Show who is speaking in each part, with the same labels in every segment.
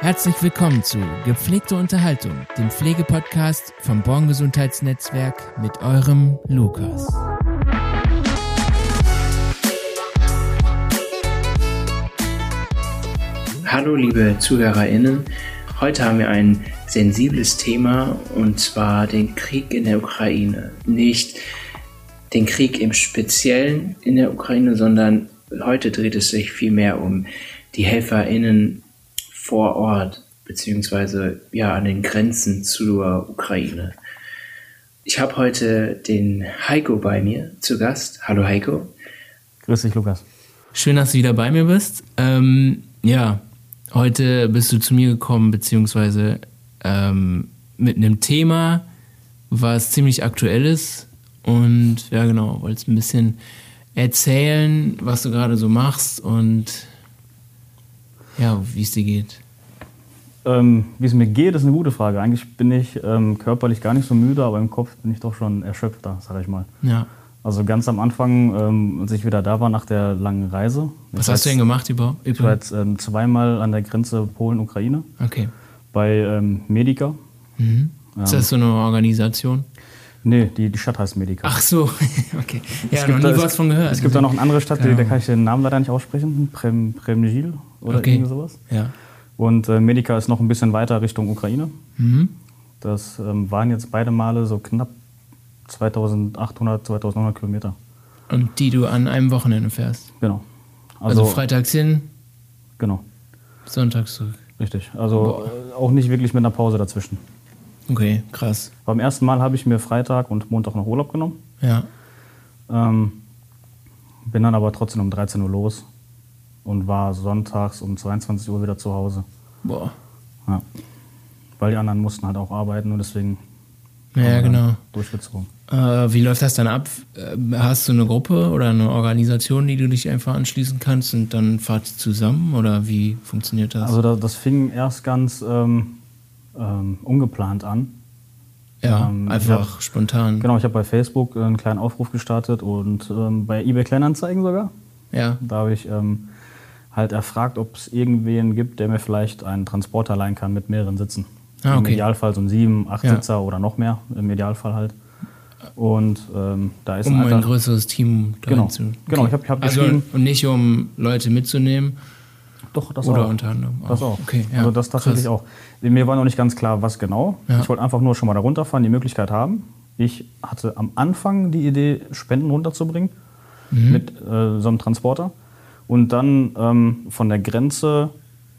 Speaker 1: Herzlich willkommen zu Gepflegte Unterhaltung, dem Pflegepodcast vom Born Gesundheitsnetzwerk mit eurem Lukas.
Speaker 2: Hallo liebe Zuhörerinnen, heute haben wir ein sensibles Thema und zwar den Krieg in der Ukraine. Nicht den Krieg im Speziellen in der Ukraine, sondern heute dreht es sich vielmehr um die Helferinnen vor Ort, beziehungsweise ja an den Grenzen zur Ukraine. Ich habe heute den Heiko bei mir zu Gast. Hallo Heiko.
Speaker 3: Grüß dich, Lukas.
Speaker 1: Schön, dass du wieder bei mir bist. Ähm, ja, heute bist du zu mir gekommen, beziehungsweise ähm, mit einem Thema, was ziemlich aktuell ist. Und ja, genau, wolltest ein bisschen erzählen, was du gerade so machst und ja, wie es dir geht.
Speaker 3: Ähm, Wie es mir geht, ist eine gute Frage. Eigentlich bin ich ähm, körperlich gar nicht so müde, aber im Kopf bin ich doch schon erschöpfter, sag ich mal.
Speaker 1: Ja.
Speaker 3: Also ganz am Anfang, ähm, als ich wieder da war nach der langen Reise.
Speaker 1: Was hast du denn gemacht überhaupt?
Speaker 3: Ich war jetzt ähm, zweimal an der Grenze Polen-Ukraine
Speaker 1: Okay.
Speaker 3: bei ähm, Medica.
Speaker 1: Mhm.
Speaker 3: Hm?
Speaker 1: Ist das so eine Organisation?
Speaker 3: Nee, die, die Stadt heißt Medica.
Speaker 1: Ach so, okay. Ja,
Speaker 3: gibt
Speaker 1: noch nie
Speaker 3: da-
Speaker 1: was von gehört.
Speaker 3: Es gibt da noch eine andere Stadt, die,
Speaker 1: Keine
Speaker 3: da kann ich den Namen leider nicht aussprechen. Prem, Premgil oder
Speaker 1: Okay.
Speaker 3: irgendwie sowas.
Speaker 1: Ja.
Speaker 3: Und äh, Medica ist noch ein bisschen weiter Richtung Ukraine.
Speaker 1: Mhm.
Speaker 3: Das ähm, waren jetzt beide Male so knapp 2800, 2900 Kilometer.
Speaker 1: Und die du an einem Wochenende fährst.
Speaker 3: Genau.
Speaker 1: Also, freitags hin,
Speaker 3: Genau,
Speaker 1: sonntags zurück.
Speaker 3: richtig. Also äh, auch nicht wirklich mit einer Pause dazwischen.
Speaker 1: Okay, krass.
Speaker 3: Beim ersten Mal habe ich mir Freitag und Montag noch Urlaub genommen.
Speaker 1: Ja.
Speaker 3: Ähm, bin dann aber trotzdem um 13 Uhr los und war sonntags um 22 Uhr wieder zu Hause.
Speaker 1: Boah.
Speaker 3: Ja. Weil die anderen mussten halt auch arbeiten und deswegen
Speaker 1: Ja, ja
Speaker 3: haben wir dann
Speaker 1: genau.
Speaker 3: durchgezogen.
Speaker 1: Äh, wie läuft das dann ab? Äh, Hast du eine Gruppe oder eine Organisation, die du dich einfach anschließen kannst und dann fahrt ihr zusammen? Oder wie funktioniert das?
Speaker 3: Also das, das fing erst ganz ähm, ähm, ungeplant an.
Speaker 1: ja,
Speaker 3: ähm,
Speaker 1: einfach spontan.
Speaker 3: Genau, ich habe bei Facebook einen kleinen Aufruf gestartet und ähm, bei eBay Kleinanzeigen sogar.
Speaker 1: Ja.
Speaker 3: Da habe ich ähm, halt erfragt, ob es irgendwen gibt, der mir vielleicht einen Transporter leihen kann mit mehreren Sitzen.
Speaker 1: Ah, okay.
Speaker 3: Im Idealfall so ein sieben, acht
Speaker 1: Ja.
Speaker 3: Sitzer oder noch mehr, im Idealfall halt. Und ähm, da ist
Speaker 1: Um
Speaker 3: ein
Speaker 1: ein
Speaker 3: alter,
Speaker 1: größeres Team da
Speaker 3: Genau.
Speaker 1: hinzu-
Speaker 3: Genau, ich hab- ich hab
Speaker 1: also,
Speaker 3: geschrieben-
Speaker 1: Und nicht um Leute mitzunehmen
Speaker 3: doch das
Speaker 1: oder
Speaker 3: auch.
Speaker 1: unter anderem.
Speaker 3: Das auch.
Speaker 1: Okay, ja.
Speaker 3: also das tatsächlich
Speaker 1: Krass.
Speaker 3: auch. Mir war noch nicht ganz klar, was genau.
Speaker 1: Ja.
Speaker 3: Ich wollte einfach nur schon mal da runterfahren, die Möglichkeit haben. Ich hatte am Anfang die Idee, Spenden runterzubringen
Speaker 1: Mhm.
Speaker 3: mit äh, so einem Transporter. Und dann ähm, von der Grenze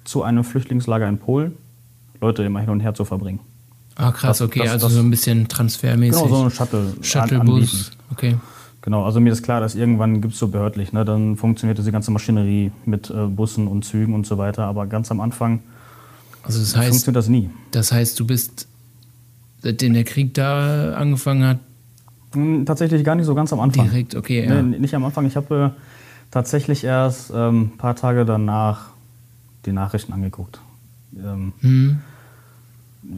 Speaker 3: zu einem Flüchtlingslager in Polen Leute immer hin und her zu verbringen.
Speaker 1: Ah, krass,
Speaker 3: Das-
Speaker 1: okay,
Speaker 3: das-
Speaker 1: also
Speaker 3: das-
Speaker 1: so ein bisschen transfermäßig.
Speaker 3: Genau, so ein Shuttle. anbieten.
Speaker 1: Shuttlebus, okay.
Speaker 3: Genau, also mir ist klar, dass irgendwann gibt es so behördlich, ne? dann funktioniert diese ganze Maschinerie mit äh, Bussen und Zügen und so weiter, aber ganz am Anfang
Speaker 1: Also das heißt,
Speaker 3: funktioniert das nie.
Speaker 1: das heißt, du bist, seitdem der Krieg da angefangen hat,
Speaker 3: Hm, Tatsächlich gar nicht so ganz am Anfang.
Speaker 1: direkt, okay,
Speaker 3: Nee,
Speaker 1: ja.
Speaker 3: nicht am Anfang. Ich habe äh, tatsächlich erst ähm, ein paar Tage danach die Nachrichten angeguckt. Ähm,
Speaker 1: Hm,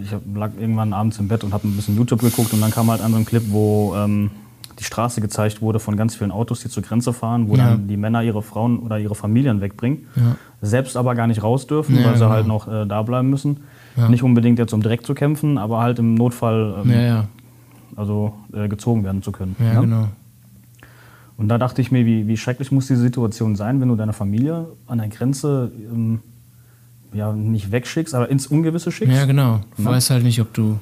Speaker 3: ich hab, lag irgendwann abends im Bett und habe ein bisschen YouTube geguckt und dann kam halt an so ein Clip, wo ähm, die Straße gezeigt wurde von ganz vielen Autos, die zur Grenze fahren, wo
Speaker 1: Ja.
Speaker 3: dann die Männer ihre Frauen oder ihre Familien wegbringen,
Speaker 1: Ja.
Speaker 3: selbst aber gar nicht raus dürfen,
Speaker 1: Ja,
Speaker 3: weil sie
Speaker 1: genau.
Speaker 3: halt noch äh, da bleiben müssen.
Speaker 1: Ja.
Speaker 3: Nicht unbedingt jetzt um direkt zu kämpfen, aber halt im Notfall ähm,
Speaker 1: ja, ja,
Speaker 3: also äh, gezogen werden zu können.
Speaker 1: ja,
Speaker 3: ne?
Speaker 1: genau.
Speaker 3: Und da dachte ich mir, wie, wie schrecklich muss die Situation sein, wenn du deine Familie an der Grenze ähm, ja, nicht wegschickst, aber ins Ungewisse schickst.
Speaker 1: Ja, genau. Du
Speaker 3: Ne?
Speaker 1: weißt halt nicht, ob du.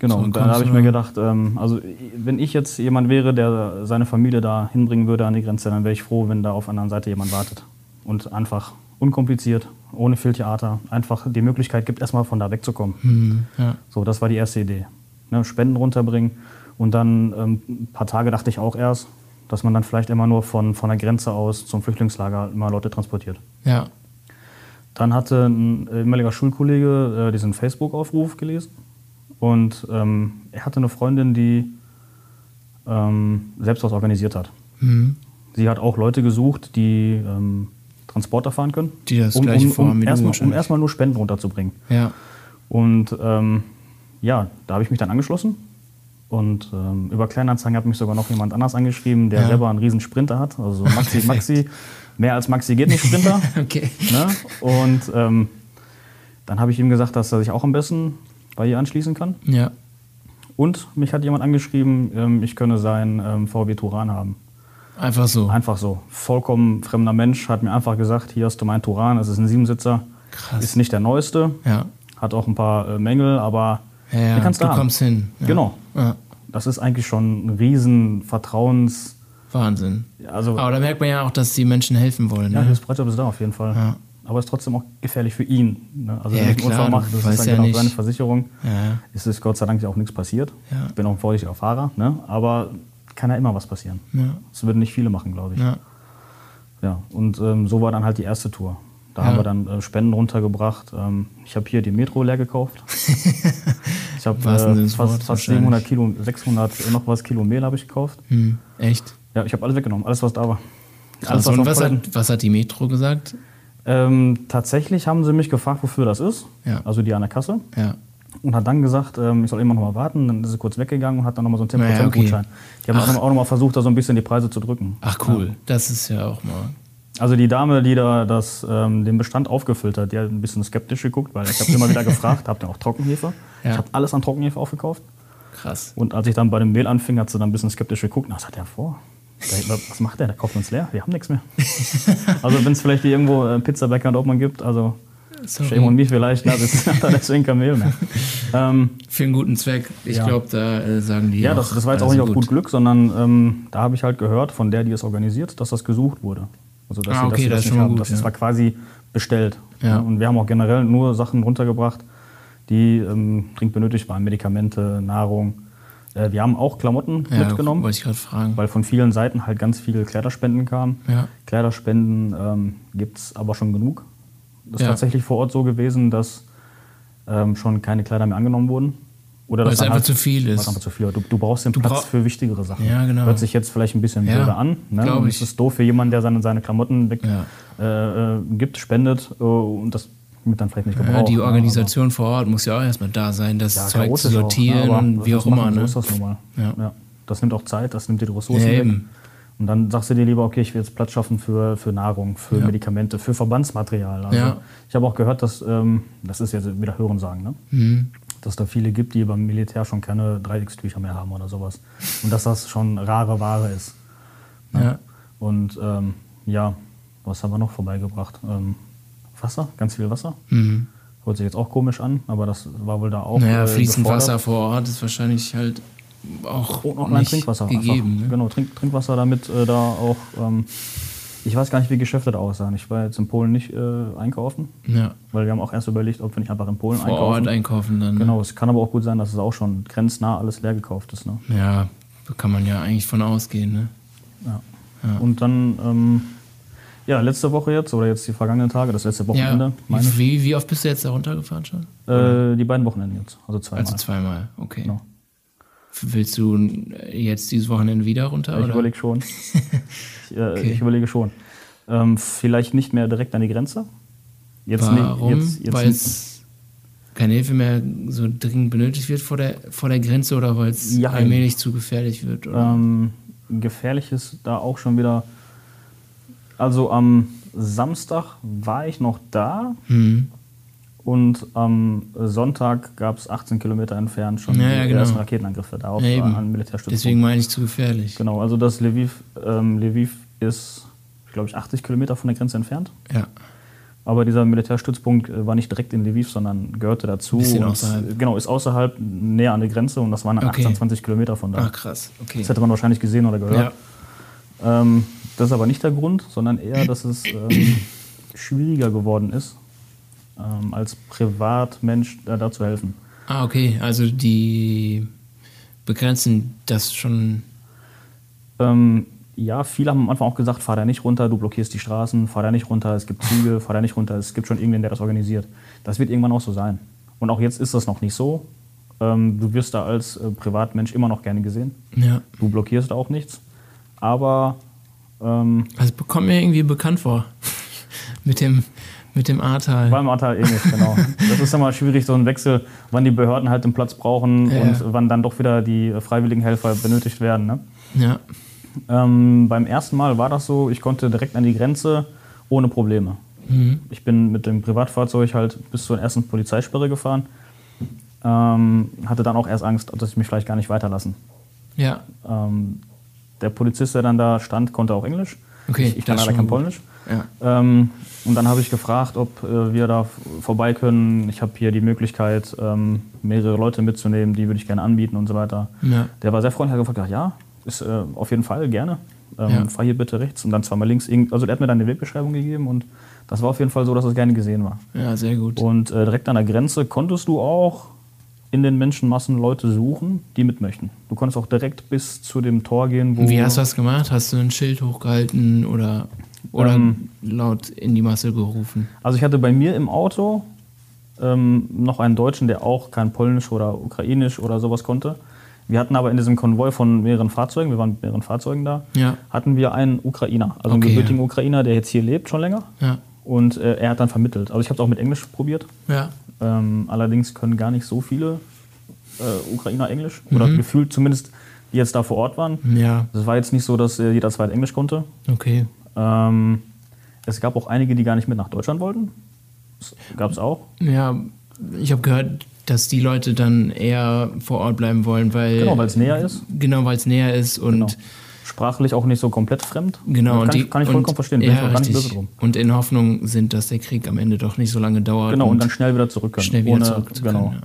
Speaker 3: Genau,
Speaker 1: So,
Speaker 3: und da
Speaker 1: kommst
Speaker 3: habe ich
Speaker 1: du-
Speaker 3: mir gedacht, ähm, also i- wenn ich jetzt jemand wäre, der seine Familie da hinbringen würde an die Grenze, dann wäre ich froh, wenn da auf der anderen Seite jemand wartet. Und einfach unkompliziert, ohne viel Theater, einfach die Möglichkeit gibt, erstmal von da wegzukommen.
Speaker 1: Hm, ja.
Speaker 3: So, das war die erste Idee. Ne, Spenden runterbringen. Und dann ähm, ein paar Tage dachte ich auch erst, dass man dann vielleicht immer nur von, von der Grenze aus zum Flüchtlingslager immer Leute transportiert.
Speaker 1: ja.
Speaker 3: Dann hatte ein ehemaliger Schulkollege äh, diesen Facebook-Aufruf gelesen. Und ähm, er hatte eine Freundin, die ähm, selbst was organisiert hat.
Speaker 1: Hm.
Speaker 3: Sie hat auch Leute gesucht, die ähm, Transporter fahren können.
Speaker 1: Die das
Speaker 3: um,
Speaker 1: gleiche
Speaker 3: um,
Speaker 1: vorhaben
Speaker 3: um
Speaker 1: wie du
Speaker 3: erstmal, um
Speaker 1: wahrscheinlich.
Speaker 3: erstmal nur Spenden runterzubringen.
Speaker 1: Ja.
Speaker 3: Und ähm, ja, da habe ich mich dann angeschlossen. Und ähm, über Kleinanzeigen hat mich sogar noch jemand anders angeschrieben, der
Speaker 1: Ja.
Speaker 3: selber einen riesen Sprinter hat. Also so Maxi,
Speaker 1: Perfekt.
Speaker 3: Maxi, mehr als Maxi geht nicht Sprinter.
Speaker 1: Okay.
Speaker 3: ne? Und Ne? ähm, Dann habe ich ihm gesagt, dass er sich auch am besten bei ihr anschließen kann.
Speaker 1: Ja.
Speaker 3: Und mich hat jemand angeschrieben, ähm, ich könne seinen ähm, VW Turan haben.
Speaker 1: Einfach so.
Speaker 3: Einfach so. Vollkommen fremder Mensch hat mir einfach gesagt, hier hast du meinen Turan, es ist ein Siebensitzer.
Speaker 1: Krass.
Speaker 3: Ist nicht der neueste,
Speaker 1: Ja.
Speaker 3: hat auch ein paar äh, Mängel, aber
Speaker 1: Ja, ja,
Speaker 3: den kannst
Speaker 1: du
Speaker 3: haben.
Speaker 1: kommst hin. Ja.
Speaker 3: Genau.
Speaker 1: Ja.
Speaker 3: Das ist eigentlich schon ein riesen Vertrauens...
Speaker 1: Wahnsinn.
Speaker 3: Also
Speaker 1: Aber da merkt man ja auch, dass die Menschen helfen wollen.
Speaker 3: Ja,
Speaker 1: Ne?
Speaker 3: Hilfsbereitschaft ist da auf jeden Fall.
Speaker 1: Ja.
Speaker 3: Aber ist trotzdem auch gefährlich für ihn. Ne? Also,
Speaker 1: Ja,
Speaker 3: wenn er einen
Speaker 1: klar,
Speaker 3: Unfall macht,
Speaker 1: du
Speaker 3: das
Speaker 1: weißt
Speaker 3: ist dann
Speaker 1: ja
Speaker 3: genau
Speaker 1: nicht.
Speaker 3: seine Versicherung.
Speaker 1: Ja.
Speaker 3: Es ist Gott sei Dank auch nichts passiert.
Speaker 1: Ja.
Speaker 3: Ich bin auch ein vorsichtiger Fahrer, ne? aber kann ja immer was passieren.
Speaker 1: Ja.
Speaker 3: Das würden nicht viele machen, glaube ich. Ja.
Speaker 1: Ja.
Speaker 3: Und ähm, so war dann halt die erste Tour. Da
Speaker 1: Ja.
Speaker 3: haben wir dann äh, Spenden runtergebracht. Ähm, ich habe hier die Metro leer gekauft. ich habe
Speaker 1: Wahrsten Sinne
Speaker 3: äh,
Speaker 1: des
Speaker 3: fast,
Speaker 1: Wortes
Speaker 3: fast
Speaker 1: wahrscheinlich.
Speaker 3: 700 Kilo, 600 noch was Kilo Mehl habe ich gekauft.
Speaker 1: Hm. Echt?
Speaker 3: Ja, ich habe alles weggenommen, alles was da war.
Speaker 1: Krass. Und
Speaker 3: noch
Speaker 1: was
Speaker 3: Paletten-
Speaker 1: hat, was hat die Metro gesagt?
Speaker 3: Ähm, tatsächlich haben sie mich gefragt, wofür das ist,
Speaker 1: Ja.
Speaker 3: also die an der Kasse,
Speaker 1: Ja.
Speaker 3: und hat dann gesagt, ähm, ich soll immer noch mal warten. Dann ist sie kurz weggegangen und hat dann noch mal so einen 10%
Speaker 1: Na ja, okay.
Speaker 3: Gutschein. Die haben auch noch- auch noch mal versucht, da so ein bisschen die Preise zu drücken.
Speaker 1: Ach cool. Das ist ja auch mal.
Speaker 3: Also die Dame, die da das, ähm, den Bestand aufgefüllt hat, die hat ein bisschen skeptisch geguckt, weil ich habe immer wieder gefragt, habt ihr auch Trockenhefe?
Speaker 1: Ja.
Speaker 3: Ich habe alles an Trockenhefe aufgekauft.
Speaker 1: Krass.
Speaker 3: Und als ich dann bei dem Mehl anfing, hat sie dann ein bisschen skeptisch geguckt. Na, was hat der vor? Der- Was macht der? Der kauft uns leer. Wir haben nichts mehr. also wenn es vielleicht hier irgendwo äh, Pizzabäcker und Obmann gibt, also Shame on me vielleicht, ne? das hat er deswegen kein Mehl mehr. Ähm,
Speaker 1: Für einen guten Zweck. Ich
Speaker 3: Ja.
Speaker 1: glaube, da äh, sagen die.
Speaker 3: ja, das, das war jetzt auch
Speaker 1: also
Speaker 3: nicht auf gut Glück, sondern ähm, da habe ich halt gehört von der, die es organisiert, dass das gesucht wurde. Also dass
Speaker 1: Ah,
Speaker 3: sie-
Speaker 1: okay,
Speaker 3: dass sie
Speaker 1: das ist
Speaker 3: nicht
Speaker 1: schon mal
Speaker 3: haben.
Speaker 1: gut,
Speaker 3: Das
Speaker 1: ja.
Speaker 3: war quasi bestellt.
Speaker 1: Ja.
Speaker 3: Und wir haben auch generell nur Sachen runtergebracht, die ähm, dringend benötigt waren, Medikamente, Nahrung. Äh, wir haben auch Klamotten
Speaker 1: ja,
Speaker 3: mitgenommen,
Speaker 1: Wollte ich gerade fragen.
Speaker 3: weil von vielen Seiten halt ganz viele Kleiderspenden kamen.
Speaker 1: Ja.
Speaker 3: Kleiderspenden ähm, gibt es aber schon genug. Das ist
Speaker 1: Ja.
Speaker 3: tatsächlich vor Ort so gewesen, dass ähm, schon keine Kleider mehr angenommen wurden. Oder
Speaker 1: Weil
Speaker 3: dass
Speaker 1: es
Speaker 3: dann
Speaker 1: einfach zu viel
Speaker 3: weil
Speaker 1: ist.
Speaker 3: es einfach zu viel. Du, du brauchst den Platz
Speaker 1: brau-
Speaker 3: für wichtigere Sachen.
Speaker 1: Ja, genau.
Speaker 3: Hört sich jetzt vielleicht ein bisschen
Speaker 1: Ja,
Speaker 3: blöder an. Ne?
Speaker 1: glaub
Speaker 3: Und
Speaker 1: ich.
Speaker 3: Es ist doof für jemanden, der seine, seine Klamotten weg,
Speaker 1: Ja.
Speaker 3: äh, äh, gibt, spendet äh, und das wird dann vielleicht nicht gebraucht.
Speaker 1: Ja, die
Speaker 3: ne? Aber-
Speaker 1: Organisation vor Ort muss ja auch erstmal da sein, das
Speaker 3: ja,
Speaker 1: Zeug zu
Speaker 3: chaotisch auch, ne?
Speaker 1: sortieren
Speaker 3: Aber
Speaker 1: und
Speaker 3: was
Speaker 1: wie
Speaker 3: willst
Speaker 1: auch
Speaker 3: du
Speaker 1: immer.
Speaker 3: machen? So
Speaker 1: Ne?
Speaker 3: ist das nun mal.
Speaker 1: Ja.
Speaker 3: Ja. Das nimmt auch Zeit, das nimmt dir die Ressourcen
Speaker 1: Ja,
Speaker 3: weg.
Speaker 1: eben.
Speaker 3: Und dann sagst du dir lieber, okay, ich will jetzt Platz schaffen für, für Nahrung, für
Speaker 1: Ja.
Speaker 3: Medikamente, für Verbandsmaterial. Also
Speaker 1: Ja.
Speaker 3: Ich habe auch gehört, dass, ähm, das ist jetzt wieder Hörensagen, ne?
Speaker 1: Mhm.
Speaker 3: dass da viele gibt, die beim Militär schon keine Dreieckstücher mehr haben oder sowas. Und dass das schon rare Ware ist.
Speaker 1: Ja.
Speaker 3: Und ähm, ja, was haben wir noch vorbeigebracht? Ähm, Wasser, ganz viel Wasser.
Speaker 1: Mhm.
Speaker 3: Hört sich jetzt auch komisch an, aber das war wohl da auch.
Speaker 1: Naja,
Speaker 3: äh,
Speaker 1: fließend
Speaker 3: gefordert.
Speaker 1: Wasser vor Ort ist wahrscheinlich halt auch
Speaker 3: Und auch ein
Speaker 1: nicht
Speaker 3: Trinkwasser einfach.
Speaker 1: gegeben. Ne?
Speaker 3: Genau, Trink, Trinkwasser, damit äh, da auch. Ähm, ich weiß gar nicht, wie Geschäfte da aussahen. Ich war jetzt in Polen nicht äh, einkaufen,
Speaker 1: Ja.
Speaker 3: weil wir haben auch erst überlegt, ob wir nicht einfach in Polen
Speaker 1: Vor Ort
Speaker 3: einkaufen.
Speaker 1: einkaufen dann. ne?
Speaker 3: Genau, es kann aber auch gut sein, dass es auch schon grenznah alles leer gekauft ist. Ne?
Speaker 1: Ja, da kann man ja eigentlich von ausgehen. Ne?
Speaker 3: Ja. Und dann, ähm, ja, letzte Woche jetzt oder jetzt die vergangenen Tage, das letzte Wochenende,
Speaker 1: Ja,
Speaker 3: meine ich,
Speaker 1: wie, wie oft bist du jetzt da runtergefahren schon?
Speaker 3: äh, die beiden Wochenenden jetzt, also zweimal.
Speaker 1: Also zweimal, okay.
Speaker 3: Genau.
Speaker 1: Willst du jetzt dieses Wochenende wieder runter?
Speaker 3: ich
Speaker 1: oder?
Speaker 3: überlege schon. ich, äh, ich überlege schon. Ähm, vielleicht nicht mehr direkt an die Grenze. Jetzt
Speaker 1: Warum?
Speaker 3: nicht. Jetzt, jetzt
Speaker 1: weil es keine Hilfe mehr so dringend benötigt wird vor der, vor der Grenze oder weil es
Speaker 3: Ja.
Speaker 1: allmählich zu gefährlich wird? Oder?
Speaker 3: Ähm, gefährlich ist da auch schon wieder. Also am Samstag war ich noch da
Speaker 1: Hm.
Speaker 3: und am Sonntag gab es 18 Kilometer entfernt schon
Speaker 1: Ja,
Speaker 3: die
Speaker 1: ja, genau.
Speaker 3: ersten Raketenangriffe darauf
Speaker 1: Ja, eben.
Speaker 3: an Militärstützpunkt.
Speaker 1: Deswegen meine ich zu gefährlich.
Speaker 3: Genau, also das Lviv, ähm, Lviv ist, glaube ich, 80 Kilometer von der Grenze entfernt.
Speaker 1: Ja.
Speaker 3: Aber dieser Militärstützpunkt äh, war nicht direkt in Lviv, sondern gehörte dazu.
Speaker 1: Bisschen
Speaker 3: und,
Speaker 1: außerhalb.
Speaker 3: Genau, ist außerhalb, näher an der Grenze und das waren dann
Speaker 1: Okay.
Speaker 3: 18, 20 Kilometer von da.
Speaker 1: Ah, krass. Okay.
Speaker 3: Das hätte man wahrscheinlich gesehen oder gehört.
Speaker 1: Ja.
Speaker 3: Ähm, das ist aber nicht der Grund, sondern eher, dass es ähm, schwieriger geworden ist, ähm, als Privatmensch äh, da zu helfen.
Speaker 1: Ah, okay. Also die begrenzen das schon.
Speaker 3: Ähm, ja, viele haben am Anfang auch gesagt, fahr da nicht runter, du blockierst die Straßen, fahr da nicht runter, es gibt Züge, fahr da nicht runter, es gibt schon irgendwen, der das organisiert. Das wird irgendwann auch so sein. Und auch jetzt ist das noch nicht so. Ähm, du wirst da als äh, Privatmensch immer noch gerne gesehen.
Speaker 1: Ja.
Speaker 3: Du blockierst auch nichts. Aber ähm,
Speaker 1: Also kommt mir irgendwie bekannt vor. mit dem, mit dem Ahrtal.
Speaker 3: Beim Ahrtal ähnlich, genau. Das ist immer schwierig, so ein Wechsel, wann die Behörden halt den Platz brauchen
Speaker 1: Ja.
Speaker 3: und wann dann doch wieder die äh, freiwilligen Helfer benötigt werden. Ne?
Speaker 1: Ja.
Speaker 3: Ähm, beim ersten Mal war das so, ich konnte direkt an die Grenze ohne Probleme.
Speaker 1: Mhm.
Speaker 3: Ich bin mit dem Privatfahrzeug halt bis zur ersten Polizeisperre gefahren. Ähm, hatte dann auch erst Angst, dass sie mich vielleicht gar nicht weiterlassen.
Speaker 1: Ja.
Speaker 3: Ähm, der Polizist, der dann da stand, konnte auch Englisch.
Speaker 1: Okay,
Speaker 3: ich, ich kann
Speaker 1: das ist
Speaker 3: leider
Speaker 1: schon gut.
Speaker 3: kein Polnisch.
Speaker 1: Ja.
Speaker 3: Ähm, und dann habe ich gefragt, ob äh, wir da f- vorbei können. Ich habe hier die Möglichkeit, ähm, mehrere Leute mitzunehmen, die würde ich gerne anbieten und so weiter.
Speaker 1: Ja.
Speaker 3: Der war sehr freundlich, hat gefragt, ja, ist äh, auf jeden Fall gerne. Ähm,
Speaker 1: Ja.
Speaker 3: Fahr hier bitte rechts und dann zweimal links. Irgend- Also der hat mir dann eine Wegbeschreibung gegeben und das war auf jeden Fall so, dass es gerne gesehen war.
Speaker 1: Ja, sehr gut.
Speaker 3: Und äh, direkt an der Grenze konntest du auch in den Menschenmassen Leute suchen, die mitmöchten. Du konntest auch direkt bis zu dem Tor gehen, wo
Speaker 1: Wie hast du das gemacht? Hast du ein Schild hochgehalten oder, oder
Speaker 3: Ähm.
Speaker 1: laut in die Masse gerufen?
Speaker 3: Also ich hatte bei mir im Auto ähm, noch einen Deutschen, der auch kein Polnisch oder Ukrainisch oder sowas konnte. Wir hatten aber in diesem Konvoi von mehreren Fahrzeugen, wir waren mit mehreren Fahrzeugen da,
Speaker 1: Ja.
Speaker 3: hatten wir einen Ukrainer, also einen
Speaker 1: Okay,
Speaker 3: gebürtigen Ukrainer, der jetzt hier lebt schon länger.
Speaker 1: Ja.
Speaker 3: Und äh, er hat dann vermittelt. Also ich habe es auch mit Englisch probiert.
Speaker 1: Ja.
Speaker 3: Ähm, allerdings können gar nicht so viele äh, Ukrainer Englisch
Speaker 1: Mhm.
Speaker 3: oder gefühlt zumindest, die jetzt da vor Ort waren.
Speaker 1: Ja,
Speaker 3: Es war jetzt nicht so, dass äh, jeder zweit Englisch konnte.
Speaker 1: okay.
Speaker 3: Ähm, es gab auch einige, die gar nicht mit nach Deutschland wollten. Gab es auch.
Speaker 1: Ja, ich habe gehört, dass die Leute dann eher vor Ort bleiben wollen, weil
Speaker 3: Genau, weil es näher ist.
Speaker 1: genau, weil es näher ist und
Speaker 3: Genau. Sprachlich auch nicht so komplett fremd.
Speaker 1: Genau,
Speaker 3: kann,
Speaker 1: und die,
Speaker 3: ich, kann ich
Speaker 1: und-
Speaker 3: vollkommen verstehen. Bin
Speaker 1: ja,
Speaker 3: ich auch gar nicht
Speaker 1: richtig.
Speaker 3: böse drum.
Speaker 1: Und in Hoffnung sind, dass der Krieg am Ende doch nicht so lange dauert.
Speaker 3: Genau, und dann schnell wieder zurück können.
Speaker 1: schnell wieder zurück zu
Speaker 3: genau.
Speaker 1: können, ja.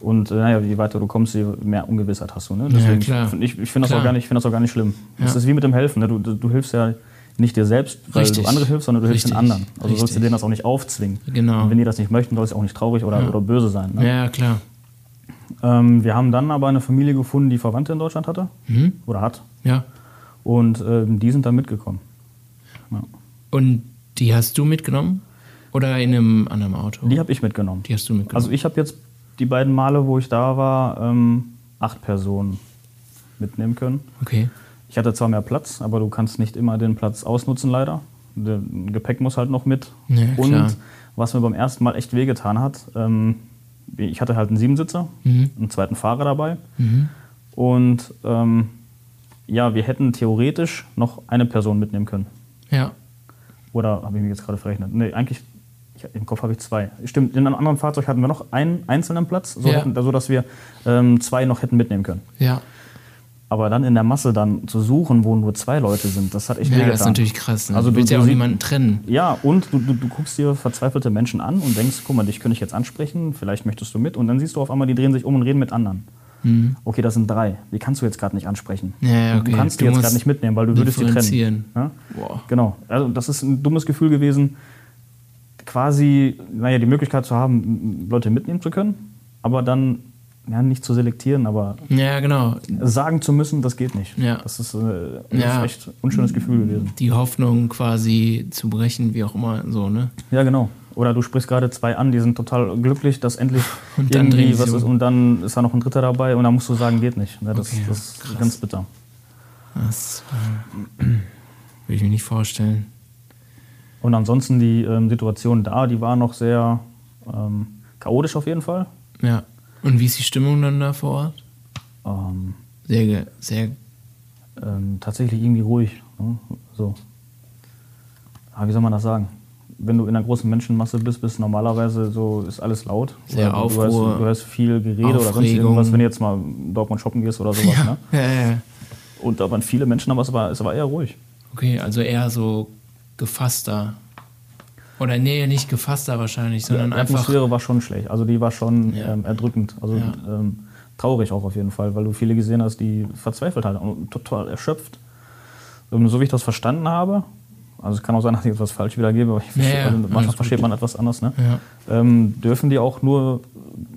Speaker 3: Und äh, naja, je weiter du kommst, je mehr Ungewissheit hast du. Ne? Deswegen,
Speaker 1: klar.
Speaker 3: find Ich, ich finde das,
Speaker 1: Klar.
Speaker 3: auch gar nicht- ich find das auch gar nicht schlimm. Das
Speaker 1: Ja.
Speaker 3: ist wie mit dem Helfen. Ne? Du, du, du hilfst ja nicht dir selbst, weil
Speaker 1: Richtig.
Speaker 3: du anderen hilfst, sondern du hilfst den
Speaker 1: Richtig.
Speaker 3: anderen. Also sollst du
Speaker 1: Richtig.
Speaker 3: denen das auch nicht aufzwingen.
Speaker 1: Genau.
Speaker 3: Und wenn die das nicht möchten, sollst du auch nicht traurig oder, oder böse sein. Ne?
Speaker 1: ja, klar.
Speaker 3: Ähm, wir haben dann aber eine Familie gefunden, die Verwandte in Deutschland hatte
Speaker 1: Mhm.
Speaker 3: oder hat.
Speaker 1: Ja.
Speaker 3: Und ähm, die sind dann mitgekommen.
Speaker 1: Und die hast du mitgenommen? Oder in einem anderen Auto?
Speaker 3: Die habe ich mitgenommen.
Speaker 1: Die hast du mitgenommen.
Speaker 3: Also ich habe jetzt die beiden Male, wo ich da war, ähm, acht Personen mitnehmen können.
Speaker 1: okay.
Speaker 3: Ich hatte zwar mehr Platz, aber du kannst nicht immer den Platz ausnutzen, leider. Der Gepäck muss halt noch mit.
Speaker 1: Ja,
Speaker 3: Und
Speaker 1: klar.
Speaker 3: was mir beim ersten Mal echt wehgetan hat, ähm, ich hatte halt einen Siebensitzer,
Speaker 1: Mhm.
Speaker 3: einen zweiten Fahrer dabei. Und ähm, ja, wir hätten theoretisch noch eine Person mitnehmen können.
Speaker 1: Ja.
Speaker 3: Oder habe ich mich jetzt gerade verrechnet? Nee, eigentlich, ich, im Kopf habe ich zwei. Stimmt, in einem anderen Fahrzeug hatten wir noch einen einzelnen Platz, so,
Speaker 1: Ja.
Speaker 3: hätten, so dass wir ähm, zwei noch hätten mitnehmen können.
Speaker 1: Ja.
Speaker 3: Aber dann in der Masse dann zu suchen, wo nur zwei Leute sind, das hat echt
Speaker 1: Ja,
Speaker 3: wehgetan.
Speaker 1: das ist natürlich krass. Ne?
Speaker 3: Also
Speaker 1: du
Speaker 3: du,
Speaker 1: willst ja
Speaker 3: du
Speaker 1: auch
Speaker 3: sie-
Speaker 1: niemanden trennen.
Speaker 3: Ja, und du, du, du guckst dir verzweifelte Menschen an und denkst, guck mal, dich könnte ich jetzt ansprechen, vielleicht möchtest du mit. Und dann siehst du auf einmal, die drehen sich um und reden mit anderen. Okay, das sind drei. Die kannst du jetzt gerade nicht ansprechen.
Speaker 1: Mhm. Ja, ja, okay.
Speaker 3: Du kannst
Speaker 1: Du
Speaker 3: die jetzt
Speaker 1: musst
Speaker 3: gerade nicht mitnehmen, weil du würdest sie trennen.
Speaker 1: differenzieren.
Speaker 3: Ja?
Speaker 1: Boah.
Speaker 3: Genau. Also das ist ein dummes Gefühl gewesen, quasi, naja, die Möglichkeit zu haben, m- Leute mitnehmen zu können, aber dann ja, nicht zu selektieren, aber
Speaker 1: Ja, genau.
Speaker 3: sagen zu müssen, das geht nicht.
Speaker 1: Ja.
Speaker 3: Das ist, äh, das
Speaker 1: Ja.
Speaker 3: ist echt ein unschönes Gefühl gewesen.
Speaker 1: Die Hoffnung quasi zu brechen, wie auch immer, so, ne?
Speaker 3: Ja, genau. Oder du sprichst gerade zwei an, die sind total glücklich, dass endlich
Speaker 1: Und dann drehen
Speaker 3: irgendwie
Speaker 1: sie
Speaker 3: was
Speaker 1: um.
Speaker 3: ist und dann ist da noch ein Dritter dabei und dann musst du sagen, geht nicht. Ne, das
Speaker 1: Okay,
Speaker 3: das ist ganz bitter.
Speaker 1: Das äh, will ich mir nicht vorstellen.
Speaker 3: Und ansonsten die ähm, Situation da, die war noch sehr ähm, chaotisch auf jeden Fall.
Speaker 1: Ja. Und wie ist die Stimmung dann da vor Ort?
Speaker 3: Ähm,
Speaker 1: Sehr, ge- sehr.
Speaker 3: ähm, tatsächlich irgendwie ruhig. Ne? So. Aber wie soll man das sagen? Wenn du in einer großen Menschenmasse bist, bist normalerweise so, ist alles laut.
Speaker 1: Sehr
Speaker 3: Oder du, du,
Speaker 1: Aufruhr,
Speaker 3: hörst, du hörst viel Gerede oder sonst
Speaker 1: Aufregung.
Speaker 3: irgendwas, wenn du jetzt mal in Dortmund shoppen gehst oder sowas. Ne?
Speaker 1: Ja, ja, ja.
Speaker 3: Und da waren viele Menschen, aber es war, es war eher ruhig.
Speaker 1: Okay, also eher so gefasster. Oder nee, nicht gefasster wahrscheinlich, sondern
Speaker 3: die
Speaker 1: einfach.
Speaker 3: Äh, Atmosphäre war schon schlecht. Also die war schon
Speaker 1: Ja.
Speaker 3: ähm, erdrückend. Also
Speaker 1: Ja.
Speaker 3: ähm, traurig auch auf jeden Fall, weil du viele gesehen hast, die verzweifelt halt und total erschöpft. Ähm, so wie ich das verstanden habe, also es kann auch sein, dass ich etwas falsch wiedergebe, aber ich verstehe,
Speaker 1: ja,
Speaker 3: also
Speaker 1: alles
Speaker 3: manchmal versteht man etwas anders, ne?
Speaker 1: Ja.
Speaker 3: ähm, dürfen die auch nur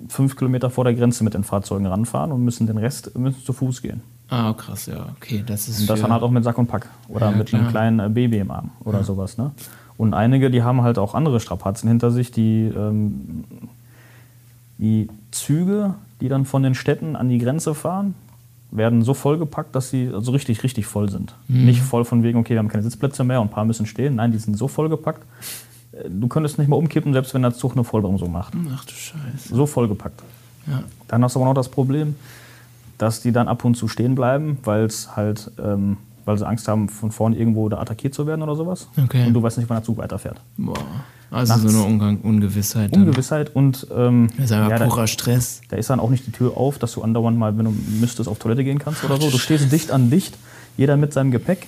Speaker 3: fünf Kilometer vor der Grenze mit den Fahrzeugen ranfahren und müssen den Rest müssen zu Fuß gehen.
Speaker 1: Ah, krass, ja, okay, das ist.
Speaker 3: Und das
Speaker 1: für-
Speaker 3: dann halt auch mit Sack und Pack oder
Speaker 1: Ja,
Speaker 3: mit
Speaker 1: klar.
Speaker 3: einem kleinen äh, Baby im Arm oder sowas. Ne? Und einige, die haben halt auch andere Strapazen hinter sich, die ähm, die Züge, die dann von den Städten an die Grenze fahren, werden so vollgepackt, dass sie also richtig, richtig voll sind.
Speaker 1: Mhm.
Speaker 3: Nicht voll von wegen, okay, wir haben keine Sitzplätze mehr und ein paar müssen stehen. Nein, die sind so vollgepackt, äh, du könntest nicht mal umkippen, selbst wenn der Zug eine Vollbremsung macht.
Speaker 1: Ach du Scheiße.
Speaker 3: So vollgepackt.
Speaker 1: Ja.
Speaker 3: Dann hast du aber noch das Problem, dass die dann ab und zu stehen bleiben, weil es halt, ähm, weil sie Angst haben, von vorne irgendwo da attackiert zu werden oder sowas.
Speaker 1: Okay.
Speaker 3: Und du weißt nicht, wann der Zug weiterfährt.
Speaker 1: Boah. Also
Speaker 3: Nachts.
Speaker 1: so eine Unge Ungewissheit. Dann.
Speaker 3: Ungewissheit und ähm,
Speaker 1: Das ist einfach
Speaker 3: ja, da-
Speaker 1: purer Stress.
Speaker 3: Da ist dann auch nicht die Tür auf, dass du andauernd mal, wenn du müsstest, auf Toilette gehen kannst oder so. Du stehst dicht an dicht, jeder mit seinem Gepäck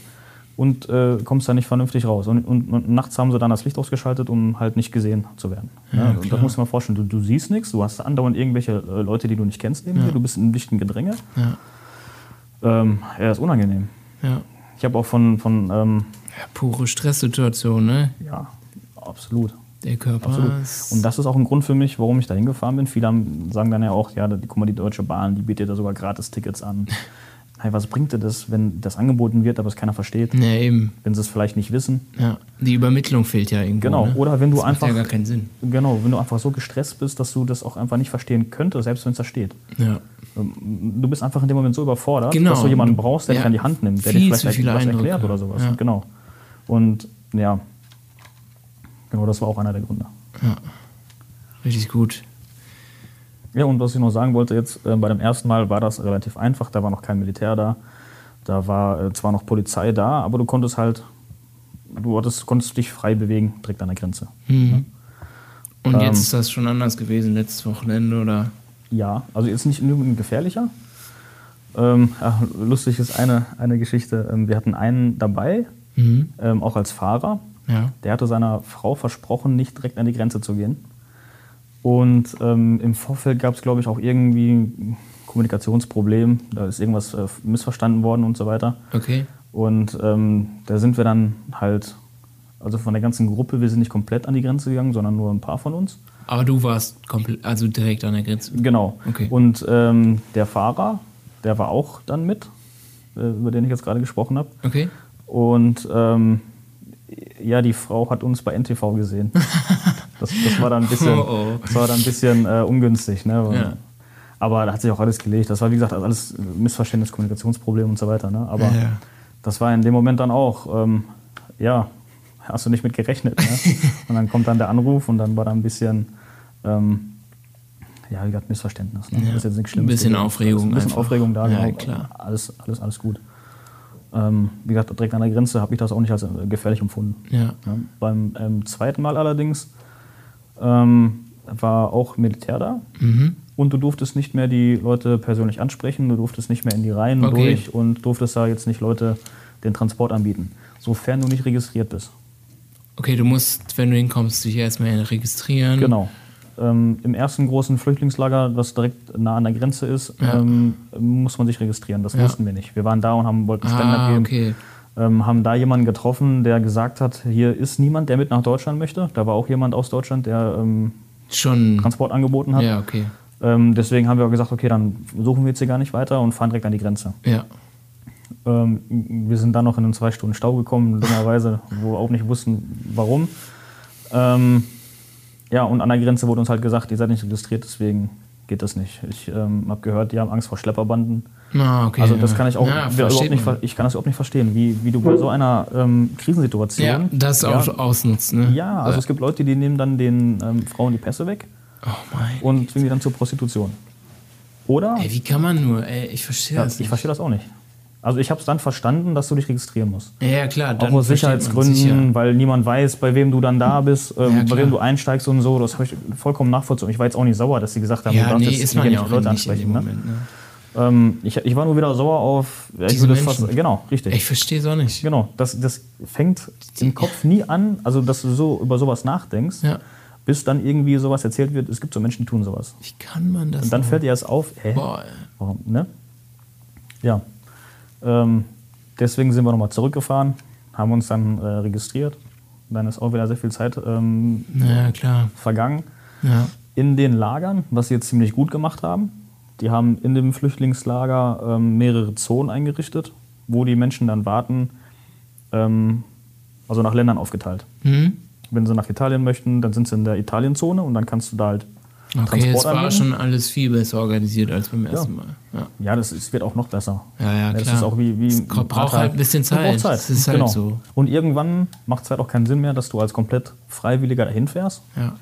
Speaker 3: und äh, kommst da nicht vernünftig raus. Und, und, und nachts haben sie dann das Licht ausgeschaltet, um halt nicht gesehen zu werden. Ja, und das musst du dir mal vorstellen. Du, du siehst nichts, du hast andauernd irgendwelche äh, Leute, die du nicht kennst neben dir, du bist in einem dichten Gedränge.
Speaker 1: Ja,
Speaker 3: Ähm, ja, ist unangenehm.
Speaker 1: ja.
Speaker 3: Ich habe auch von, von ähm,
Speaker 1: ja pure Stresssituation, ne?
Speaker 3: ja, absolut.
Speaker 1: Der Körper.
Speaker 3: Absolut.
Speaker 1: Ist,
Speaker 3: Und das ist auch ein Grund für mich, warum ich da hingefahren bin. Viele haben, sagen dann ja auch, ja, die, guck mal, die Deutsche Bahn, die bietet da sogar gratis Tickets an. Hey, was bringt dir das, wenn das angeboten wird, aber es keiner versteht,
Speaker 1: ja, eben.
Speaker 3: wenn sie es vielleicht nicht wissen?
Speaker 1: Ja. Die Übermittlung fehlt ja irgendwo.
Speaker 3: Genau.
Speaker 1: Ne?
Speaker 3: Oder wenn du
Speaker 1: das
Speaker 3: einfach,
Speaker 1: Macht ja gar keinen Sinn.
Speaker 3: genau, wenn du einfach so gestresst bist, dass du das auch einfach nicht verstehen könntest, selbst wenn es da steht.
Speaker 1: Ja.
Speaker 3: Ähm, Du bist einfach in dem Moment so überfordert,
Speaker 1: Genau.
Speaker 3: dass du jemanden brauchst, der
Speaker 1: Ja.
Speaker 3: dich an die Hand nimmt, der
Speaker 1: Viel
Speaker 3: dir
Speaker 1: zu
Speaker 3: vielleicht
Speaker 1: viele
Speaker 3: was
Speaker 1: Eindrücke.
Speaker 3: erklärt oder sowas.
Speaker 1: Ja.
Speaker 3: Genau. Und ja, genau, das war auch einer der Gründe.
Speaker 1: Richtig gut.
Speaker 3: Ja, und was ich noch sagen wollte jetzt, äh, bei dem ersten Mal war das relativ einfach, da war noch kein Militär da, da war äh, zwar noch Polizei da, aber du konntest halt, du hattest, konntest dich frei bewegen, direkt an der Grenze.
Speaker 1: Mhm. Und
Speaker 3: Ähm.
Speaker 1: jetzt ist das schon anders gewesen, letztes Wochenende oder?
Speaker 3: Ja, also jetzt nicht unbedingt gefährlicher. Ähm, ach, lustig ist eine, eine Geschichte, ähm, wir hatten einen dabei,
Speaker 1: Mhm.
Speaker 3: ähm, auch als Fahrer,
Speaker 1: Ja.
Speaker 3: der hatte seiner Frau versprochen, nicht direkt an die Grenze zu gehen. Und ähm, im Vorfeld gab es, glaube ich, auch irgendwie ein Kommunikationsproblem. Da ist irgendwas äh, missverstanden worden und so weiter.
Speaker 1: Okay.
Speaker 3: Und ähm, da sind wir dann halt, also von der ganzen Gruppe, wir sind nicht komplett an die Grenze gegangen, sondern nur ein paar von uns.
Speaker 1: Aber du warst komplett, also direkt an der Grenze.
Speaker 3: Genau.
Speaker 1: Okay.
Speaker 3: Und ähm, der Fahrer, der war auch dann mit, äh, über den ich jetzt gerade gesprochen habe.
Speaker 1: Okay.
Speaker 3: Und ähm, ja, die Frau hat uns bei NTV gesehen. Das, das war dann ein bisschen,
Speaker 1: Oh, oh.
Speaker 3: Das war dann ein bisschen äh, ungünstig. Ne?
Speaker 1: Ja.
Speaker 3: Aber da hat sich auch alles gelegt. Das war, wie gesagt, alles Missverständnis, Kommunikationsproblem und so weiter. Ne? Aber
Speaker 1: Ja, ja.
Speaker 3: das war in dem Moment dann auch, ähm, ja, hast du nicht mit gerechnet. Ne? und dann kommt dann der Anruf und dann war da ein bisschen, ähm, ja, wie gesagt, Missverständnis. Ne?
Speaker 1: Ja.
Speaker 3: Das ist jetzt nichts
Speaker 1: Ein
Speaker 3: Schlimmes.
Speaker 1: bisschen
Speaker 3: gewesen.
Speaker 1: Aufregung
Speaker 3: Ein bisschen
Speaker 1: einfach.
Speaker 3: Aufregung da,
Speaker 1: Ja,
Speaker 3: genau.
Speaker 1: klar.
Speaker 3: Alles, alles, alles gut. Ähm, wie gesagt, direkt an der Grenze habe ich das auch nicht als äh, gefährlich empfunden.
Speaker 1: Ja.
Speaker 3: Ja. Beim ähm, zweiten Mal allerdings ähm, war auch Militär da
Speaker 1: Mhm.
Speaker 3: und du durftest nicht mehr die Leute persönlich ansprechen, du durftest nicht mehr in die Reihen
Speaker 1: Okay.
Speaker 3: durch und durftest da jetzt nicht Leute den Transport anbieten, sofern du nicht registriert bist.
Speaker 1: Okay, du musst, wenn du hinkommst, dich erstmal registrieren.
Speaker 3: Genau. Ähm, Im ersten großen Flüchtlingslager, was direkt nah an der Grenze ist, ähm, muss man sich registrieren. Das
Speaker 1: Ja.
Speaker 3: wussten wir nicht. Wir waren da und haben wollten Spenden
Speaker 1: Ah,
Speaker 3: abgeben.
Speaker 1: okay.
Speaker 3: ähm, haben da jemanden getroffen, der gesagt hat, hier ist niemand, der mit nach Deutschland möchte. Da war auch jemand aus Deutschland, der ähm,
Speaker 1: Schon.
Speaker 3: Transport angeboten hat.
Speaker 1: Ja, okay.
Speaker 3: Ähm, deswegen haben wir auch gesagt, okay, dann suchen wir jetzt hier gar nicht weiter und fahren direkt an die Grenze.
Speaker 1: Ja.
Speaker 3: Ähm, wir sind dann noch in einen zwei Stunden Stau gekommen, dummerweise, wo wir auch nicht wussten, warum. Ähm, ja, und an der Grenze wurde uns halt gesagt, ihr seid nicht registriert, deswegen geht das nicht. Ich ähm, habe gehört, die haben Angst vor Schlepperbanden.
Speaker 1: Ah, okay.
Speaker 3: Also das kann ich auch
Speaker 1: ja,
Speaker 3: wir- überhaupt
Speaker 1: versteht
Speaker 3: nicht, ver-
Speaker 1: man.
Speaker 3: ich kann das überhaupt nicht verstehen, wie, wie du bei so einer ähm, Krisensituation.
Speaker 1: Ja, das auch
Speaker 3: Ja,
Speaker 1: ausnutzt, ne?
Speaker 3: ja, also es gibt Leute, die nehmen dann den ähm, Frauen die Pässe weg
Speaker 1: Oh mein.
Speaker 3: und bringen die dann zur Prostitution. Oder?
Speaker 1: Ey, wie kann man nur? Ey, ich verstehe
Speaker 3: Ja,
Speaker 1: das
Speaker 3: ich
Speaker 1: nicht.
Speaker 3: verstehe das auch nicht. Also ich habe es dann verstanden, dass du dich registrieren musst.
Speaker 1: ja, klar.
Speaker 3: Auch
Speaker 1: Dann
Speaker 3: aus
Speaker 1: versteht man
Speaker 3: Sicherheitsgründen,
Speaker 1: sich, ja.
Speaker 3: weil niemand weiß, bei wem du dann da bist, ähm, bei
Speaker 1: klar.
Speaker 3: wem du einsteigst und so. Das habe ich vollkommen nachvollzogen. Ich war jetzt auch nicht sauer, dass sie gesagt haben, du
Speaker 1: Ja,
Speaker 3: darfst
Speaker 1: nee,
Speaker 3: jetzt
Speaker 1: ist man
Speaker 3: hier
Speaker 1: ja auch
Speaker 3: nicht Leute
Speaker 1: nicht in dem
Speaker 3: ansprechen. Ne?
Speaker 1: Moment. Ne?
Speaker 3: Ähm, ich, ich war nur wieder sauer auf ja, ich
Speaker 1: Diese
Speaker 3: würde es
Speaker 1: Menschen.
Speaker 3: Fast, genau, richtig.
Speaker 1: Ich verstehe es auch nicht.
Speaker 3: Genau, das, das fängt im Kopf nie an, also dass du so über sowas nachdenkst,
Speaker 1: Ja.
Speaker 3: bis dann irgendwie sowas erzählt wird, es gibt so Menschen, die tun sowas.
Speaker 1: Wie kann man das?
Speaker 3: Und dann
Speaker 1: nur?
Speaker 3: fällt dir erst auf, hä,
Speaker 1: Boah, ey.
Speaker 3: Warum, ne? Ja. Ähm, deswegen sind wir nochmal zurückgefahren, haben uns dann äh, registriert. Dann ist auch wieder sehr viel Zeit ähm,
Speaker 1: naja, klar.
Speaker 3: vergangen.
Speaker 1: Ja.
Speaker 3: In den Lagern, was sie jetzt ziemlich gut gemacht haben, die haben in dem Flüchtlingslager ähm, mehrere Zonen eingerichtet, wo die Menschen dann warten, ähm, also nach Ländern aufgeteilt.
Speaker 1: Hm?
Speaker 3: Wenn sie nach Italien möchten, dann sind sie in der Italienzone und dann kannst du da halt
Speaker 1: Okay, es war
Speaker 3: anbieten.
Speaker 1: schon alles viel besser organisiert als beim ersten
Speaker 3: Ja.
Speaker 1: Mal. Ja,
Speaker 3: Ja, das ist, wird auch noch besser.
Speaker 1: Ja, ja,
Speaker 3: Das
Speaker 1: klar.
Speaker 3: ist auch wie, wie
Speaker 1: Es
Speaker 3: ein
Speaker 1: ko-
Speaker 3: paar
Speaker 1: braucht halt
Speaker 3: Tage.
Speaker 1: ein bisschen
Speaker 3: Es
Speaker 1: Zeit.
Speaker 3: Braucht Zeit.
Speaker 1: Es ist halt
Speaker 3: genau.
Speaker 1: so.
Speaker 3: Und irgendwann macht es halt auch keinen Sinn mehr, dass du als komplett Freiwilliger dahin fährst.
Speaker 1: ja.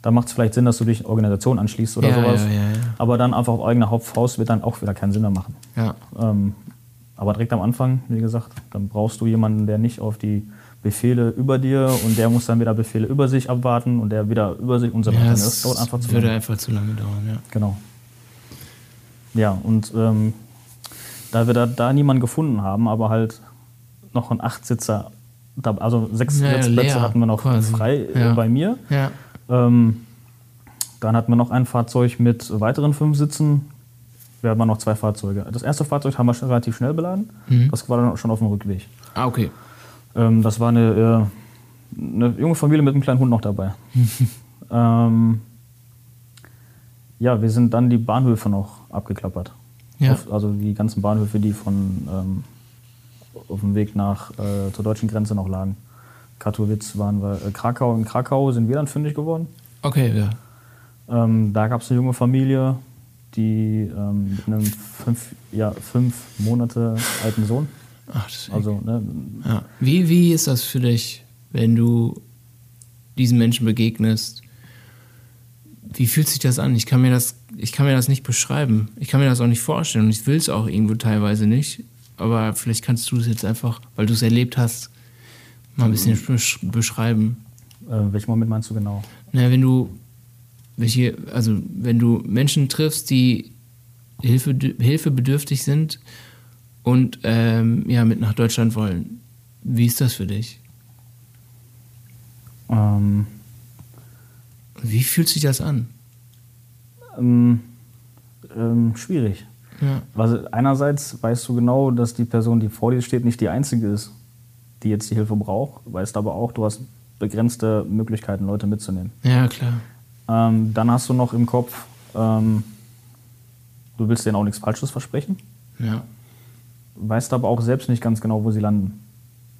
Speaker 3: Da macht es vielleicht Sinn, dass du dich einer Organisation anschließt oder
Speaker 1: Ja,
Speaker 3: sowas.
Speaker 1: ja, ja, ja.
Speaker 3: Aber dann einfach auf eigener Hauptfaust wird dann auch wieder keinen Sinn mehr machen.
Speaker 1: ja.
Speaker 3: Ähm, aber direkt am Anfang, wie gesagt, dann brauchst du jemanden, der nicht auf die Befehle über dir und der muss dann wieder Befehle über sich abwarten und der wieder über sich und so weiter.
Speaker 1: Ja,
Speaker 3: das
Speaker 1: das
Speaker 3: dauert einfach zu
Speaker 1: würde
Speaker 3: lange.
Speaker 1: einfach zu lange dauern, ja.
Speaker 3: Genau. Ja, und ähm, da wir da, da niemanden gefunden haben, aber halt noch einen Achtsitzer, da- also sechs
Speaker 1: Ja, ja,
Speaker 3: Plätze
Speaker 1: leer
Speaker 3: hatten wir noch
Speaker 1: quasi.
Speaker 3: frei äh,
Speaker 1: Ja.
Speaker 3: bei mir.
Speaker 1: Ja,
Speaker 3: Ähm, dann hatten wir noch ein Fahrzeug mit weiteren fünf Sitzen. Wir hatten noch zwei Fahrzeuge. Das erste Fahrzeug haben wir schon relativ schnell beladen.
Speaker 1: Mhm.
Speaker 3: Das war dann schon auf dem Rückweg.
Speaker 1: ah, okay.
Speaker 3: Ähm, das war eine, äh, eine junge Familie mit einem kleinen Hund noch dabei. ähm, ja, wir sind dann die Bahnhöfe noch abgeklappert.
Speaker 1: Ja.
Speaker 3: Auf, also die ganzen Bahnhöfe, die von ähm, auf dem Weg nach äh, zur deutschen Grenze noch lagen. Katowice waren wir, äh, Krakau. In Krakau sind wir dann fündig geworden.
Speaker 1: Okay, ja.
Speaker 3: Ähm, da gab es eine junge Familie, die ähm, mit einem fünf, ja, fünf Monate alten Sohn.
Speaker 1: Ach, das ist
Speaker 3: Also ne,
Speaker 1: Ja. Wie, wie ist das für dich, wenn du diesen Menschen begegnest? Wie fühlt sich das an? Ich kann mir das, ich kann mir das nicht beschreiben. Ich kann mir das auch nicht vorstellen und ich will es auch irgendwo teilweise nicht. Aber vielleicht kannst du es jetzt einfach, weil du es erlebt hast, mal ein bisschen
Speaker 3: Mhm.
Speaker 1: besch- beschreiben.
Speaker 3: äh, welchen Moment meinst du genau?
Speaker 1: Naja, wenn du welche, also wenn du Menschen triffst, die Hilfe, hilfebedürftig sind und ähm, ja, mit nach Deutschland wollen. Wie ist das für dich?
Speaker 3: Ähm,
Speaker 1: Wie fühlt sich das an?
Speaker 3: ähm, ähm, schwierig.
Speaker 1: Ja.
Speaker 3: Also einerseits weißt du genau, dass die Person, die vor dir steht, nicht die einzige ist, die jetzt die Hilfe braucht. Weißt aber auch, du hast begrenzte Möglichkeiten, Leute mitzunehmen.
Speaker 1: Ja, klar.
Speaker 3: Ähm, dann hast du noch im Kopf, ähm, du willst denen auch nichts Falsches versprechen.
Speaker 1: Ja.
Speaker 3: weißt aber auch selbst nicht ganz genau, wo sie landen.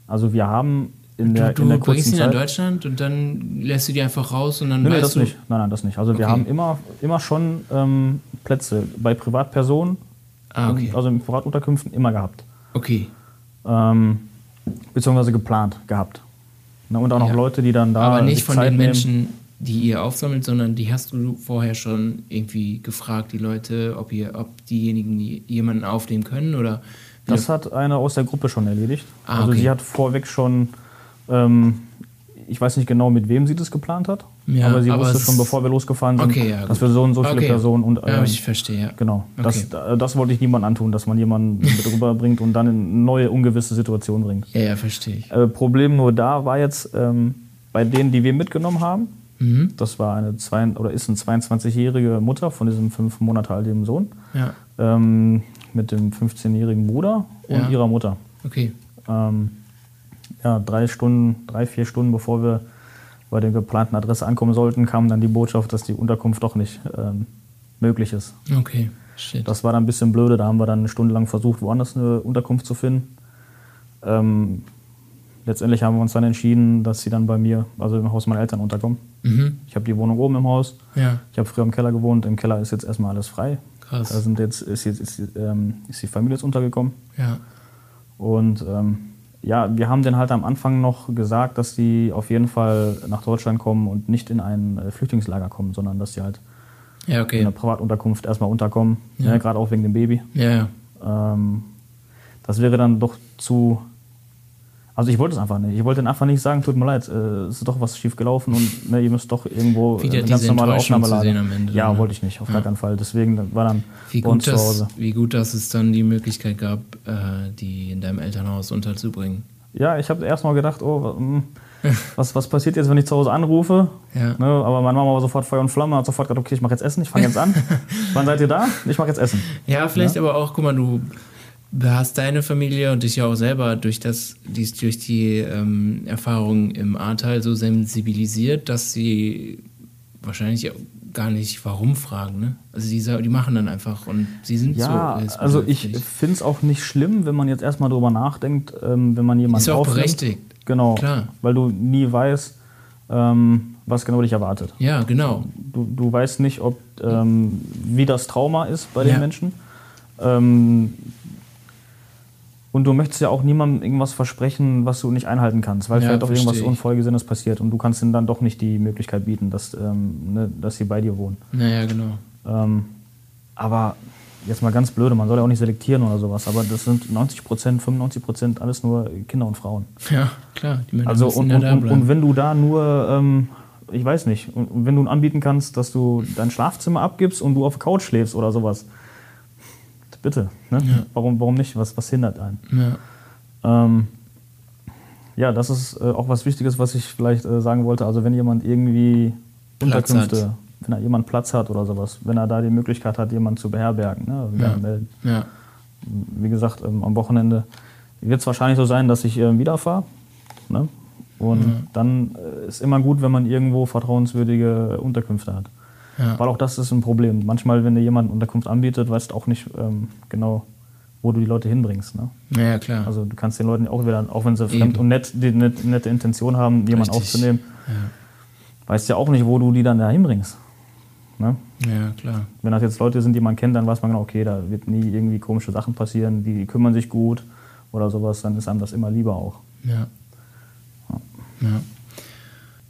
Speaker 3: Also wir haben in der,
Speaker 1: du
Speaker 3: in der
Speaker 1: du bringst
Speaker 3: kurzen
Speaker 1: ihn in
Speaker 3: Zeit...
Speaker 1: Deutschland und dann lässt du die einfach raus und dann
Speaker 3: Nein, nein,
Speaker 1: weißt
Speaker 3: das
Speaker 1: du.
Speaker 3: nicht. Nein, nein, das nicht. Also wir
Speaker 1: Okay.
Speaker 3: haben immer, immer schon ähm, Plätze bei Privatpersonen,
Speaker 1: Ah, okay.
Speaker 3: also in Privatunterkünften immer gehabt.
Speaker 1: Okay.
Speaker 3: Ähm, beziehungsweise geplant gehabt. Ne, und auch noch
Speaker 1: Ja.
Speaker 3: Leute, die dann da
Speaker 1: Aber nicht
Speaker 3: sich
Speaker 1: von
Speaker 3: Zeit
Speaker 1: den
Speaker 3: nehmen.
Speaker 1: Menschen, die ihr aufsammelt, sondern die hast du vorher schon irgendwie gefragt, die Leute, ob ihr, ob diejenigen die jemanden aufnehmen können oder.
Speaker 3: Das hat eine aus der Gruppe schon erledigt.
Speaker 1: Ah,
Speaker 3: also
Speaker 1: okay.
Speaker 3: sie hat vorweg schon, ähm, ich weiß nicht genau, mit wem sie das geplant hat,
Speaker 1: Ja,
Speaker 3: aber sie
Speaker 1: aber
Speaker 3: wusste
Speaker 1: es-
Speaker 3: schon, bevor wir losgefahren sind,
Speaker 1: Okay, ja,
Speaker 3: dass
Speaker 1: gut.
Speaker 3: wir so und so viele
Speaker 1: Okay.
Speaker 3: Personen und
Speaker 1: ja,
Speaker 3: ähm,
Speaker 1: ich verstehe, ja.
Speaker 3: Genau, das,
Speaker 1: Okay.
Speaker 3: da- das wollte ich niemandem antun, dass man jemanden mit rüberbringt und dann in eine neue, ungewisse Situation bringt.
Speaker 1: Ja, ja, verstehe ich.
Speaker 3: Äh, Problem nur da war jetzt ähm, bei denen, die wir mitgenommen haben,
Speaker 1: Mhm.
Speaker 3: das war eine zwei, oder ist eine 22-jährige Mutter von diesem fünf Monate alten Sohn
Speaker 1: Ja,
Speaker 3: ähm, mit dem 15-jährigen Bruder und
Speaker 1: Ja.
Speaker 3: ihrer Mutter.
Speaker 1: okay.
Speaker 3: Ähm, ja, drei Stunden, drei, vier Stunden bevor wir bei der geplanten Adresse ankommen sollten, kam dann die Botschaft, dass die Unterkunft doch nicht ähm, möglich ist.
Speaker 1: Okay. Shit.
Speaker 3: Das war dann ein bisschen blöde. Da haben wir dann eine Stunde lang versucht, woanders eine Unterkunft zu finden. Ähm, letztendlich haben wir uns dann entschieden, dass sie dann bei mir, also im Haus meiner Eltern, unterkommen.
Speaker 1: Mhm.
Speaker 3: Ich habe die Wohnung oben im Haus.
Speaker 1: Ja,
Speaker 3: Ich habe früher im Keller gewohnt. Im Keller ist jetzt erstmal alles frei. Da
Speaker 1: krass.
Speaker 3: sind jetzt, ist, jetzt, ist, ähm, ist die Familie jetzt untergekommen.
Speaker 1: ja.
Speaker 3: Und ähm, ja, wir haben dann halt am Anfang noch gesagt, dass die auf jeden Fall nach Deutschland kommen und nicht in ein äh, Flüchtlingslager kommen, sondern dass sie halt
Speaker 1: Ja,
Speaker 3: in
Speaker 1: okay.
Speaker 3: einer Privatunterkunft erstmal unterkommen. Ja. Gerade auch wegen dem Baby.
Speaker 1: Ja, ja.
Speaker 3: Ähm, das wäre dann doch zu. Also ich wollte es einfach nicht. Ich wollte dann einfach nicht sagen, tut mir leid, äh, es ist doch was schief gelaufen und ne, ihr müsst doch irgendwo äh,
Speaker 1: Wieder
Speaker 3: eine ganz
Speaker 1: diese
Speaker 3: normale
Speaker 1: Enttäuschung zu
Speaker 3: Aufnahmelage.
Speaker 1: sehen am Ende,
Speaker 3: ja,
Speaker 1: ne?
Speaker 3: wollte ich nicht, auf
Speaker 1: Ja.
Speaker 3: gar keinen Fall. Deswegen dann war dann
Speaker 1: Wie
Speaker 3: bei uns
Speaker 1: gut,
Speaker 3: zu
Speaker 1: dass,
Speaker 3: Hause.
Speaker 1: wie gut, dass es dann die Möglichkeit gab, äh, die in deinem Elternhaus unterzubringen.
Speaker 3: Ja, ich habe erstmal gedacht, oh, wa- hm, was, was passiert jetzt, wenn ich zu Hause anrufe?
Speaker 1: Ja.
Speaker 3: Ne, aber meine Mama war sofort Feuer und Flamme, hat sofort gesagt, okay, ich mache jetzt Essen, ich fange jetzt an. Wann seid ihr da? Ich mache jetzt Essen.
Speaker 1: Ja, vielleicht aber auch, guck mal, du hast deine Familie und dich ja auch selber durch das, die ist durch die ähm, Erfahrung im Ahrtal so sensibilisiert, dass sie wahrscheinlich auch gar nicht warum fragen, ne? Also die, sa- die machen dann einfach und sie sind
Speaker 3: Ja,
Speaker 1: so.
Speaker 3: also ich
Speaker 1: hilfsbedürftig.
Speaker 3: finde es auch nicht schlimm, wenn man jetzt erstmal drüber nachdenkt, ähm, wenn man jemanden
Speaker 1: Ist ja auch
Speaker 3: aufnimmt.
Speaker 1: berechtigt.
Speaker 3: Genau,
Speaker 1: Klar.
Speaker 3: weil du nie weißt, ähm, was genau dich erwartet.
Speaker 1: Ja, genau.
Speaker 3: Du, du weißt nicht, ob, ähm, wie das Trauma ist bei den
Speaker 1: Ja.
Speaker 3: Menschen. Ähm, und du möchtest ja auch niemandem irgendwas versprechen, was du nicht einhalten kannst, weil
Speaker 1: Ja,
Speaker 3: vielleicht auch irgendwas
Speaker 1: verstehe ich.
Speaker 3: Unvorhergesehenes passiert und du kannst ihnen dann doch nicht die Möglichkeit bieten, dass, ähm, ne, dass sie bei dir wohnen.
Speaker 1: Naja, genau.
Speaker 3: Ähm, aber jetzt mal ganz blöde, man soll ja auch nicht selektieren oder sowas, aber das sind 90 Prozent, 95 Prozent alles nur Kinder und Frauen.
Speaker 1: Ja, klar. Die Männer
Speaker 3: Also
Speaker 1: müssen
Speaker 3: und,
Speaker 1: ja
Speaker 3: und,
Speaker 1: da
Speaker 3: und,
Speaker 1: bleiben.
Speaker 3: und wenn du da nur, ähm, ich weiß nicht, und, und wenn du anbieten kannst, dass du dein Schlafzimmer abgibst und du auf der Couch schläfst oder sowas, bitte, ne? warum, warum nicht? Was, was hindert einen?
Speaker 1: ja.
Speaker 3: Ähm, ja, das ist äh, auch was Wichtiges, was ich vielleicht äh, sagen wollte. Also wenn jemand irgendwie
Speaker 1: Platz
Speaker 3: Unterkünfte,
Speaker 1: hat.
Speaker 3: wenn da jemand Platz hat oder sowas, wenn er da die Möglichkeit hat, jemanden zu beherbergen, ne?
Speaker 1: Ja.
Speaker 3: gerne melden.
Speaker 1: ja.
Speaker 3: Wie gesagt, ähm, am Wochenende wird es wahrscheinlich so sein, dass ich äh, wieder fahre. Ne? Und
Speaker 1: Mhm.
Speaker 3: dann äh, ist immer gut, wenn man irgendwo vertrauenswürdige Unterkünfte hat.
Speaker 1: Ja.
Speaker 3: Weil auch das ist ein Problem. Manchmal, wenn dir jemand Unterkunft anbietet, weißt du auch nicht ähm, genau, wo du die Leute hinbringst. Ne?
Speaker 1: Ja, ja, klar.
Speaker 3: Also du kannst den Leuten auch wieder, auch wenn sie fremd
Speaker 1: Eben.
Speaker 3: und nett, die net, nette Intention haben, jemanden
Speaker 1: Richtig.
Speaker 3: aufzunehmen, weißt ja auch nicht, wo du die dann da hinbringst. Ne?
Speaker 1: ja, klar.
Speaker 3: Wenn das jetzt Leute sind, die man kennt, dann weiß man genau, okay, da wird nie irgendwie komische Sachen passieren, die kümmern sich gut oder sowas, dann ist einem das immer lieber auch.
Speaker 1: Ja. ja.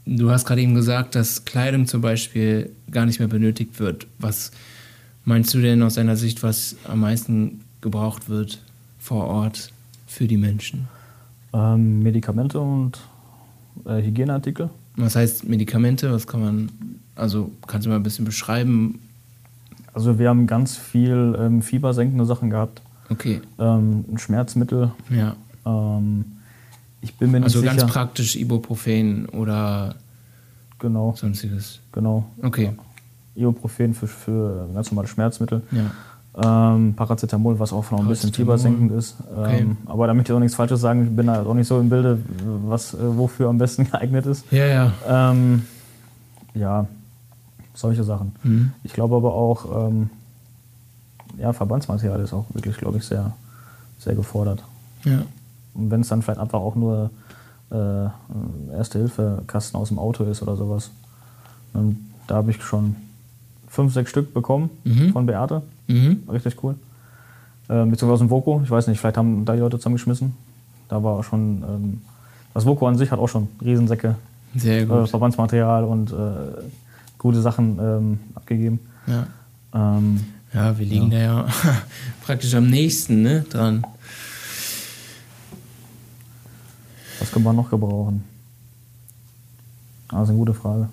Speaker 1: Du hast gerade eben gesagt, dass Kleidung zum Beispiel gar nicht mehr benötigt wird. Was meinst du denn aus deiner Sicht, was am meisten gebraucht wird vor Ort für die Menschen?
Speaker 3: Ähm, Medikamente und äh, Hygieneartikel.
Speaker 1: Was heißt Medikamente? Was kann man, also kannst du mal ein bisschen beschreiben?
Speaker 3: Also wir haben ganz viel ähm, fiebersenkende Sachen gehabt,
Speaker 1: Okay,
Speaker 3: ähm, Schmerzmittel.
Speaker 1: ja.
Speaker 3: Ähm, ich bin mir nicht
Speaker 1: Also
Speaker 3: sicher.
Speaker 1: ganz praktisch Ibuprofen oder
Speaker 3: genau,
Speaker 1: sonstiges.
Speaker 3: genau.
Speaker 1: Okay,
Speaker 3: Ibuprofen für, für ganz normale Schmerzmittel.
Speaker 1: ja.
Speaker 3: Ähm, Paracetamol, was auch noch ein bisschen
Speaker 1: Paracetamol.
Speaker 3: fiebersenkend ist. Ähm, aber damit ich auch nichts Falsches sagen, ich bin da auch nicht so im Bilde, was äh, wofür am besten geeignet ist.
Speaker 1: Ja, ja.
Speaker 3: Ähm, ja, solche Sachen.
Speaker 1: Mhm.
Speaker 3: Ich glaube aber auch, ähm, ja, Verbandsmaterial ist auch wirklich, glaube ich, sehr, sehr gefordert.
Speaker 1: Ja,
Speaker 3: Und wenn es dann vielleicht einfach auch nur äh, ein Erste-Hilfe-Kasten aus dem Auto ist oder sowas. Und da habe ich schon fünf, sechs Stück bekommen
Speaker 1: Mhm.
Speaker 3: von Beate.
Speaker 1: mhm.
Speaker 3: Richtig cool. Ähm, beziehungsweise aus dem Voko. Ich weiß nicht, vielleicht haben da die Leute zusammengeschmissen. Da war auch schon. Ähm, das Voko an sich hat auch schon Riesensäcke,
Speaker 1: sehr
Speaker 3: äh,
Speaker 1: gut.
Speaker 3: Verbandsmaterial und äh, gute Sachen ähm, abgegeben.
Speaker 1: Ja.
Speaker 3: Ähm,
Speaker 1: Ja, wir liegen da ja praktisch am nächsten ne, dran.
Speaker 3: was können wir noch gebrauchen? Ah, Das ist eine gute Frage.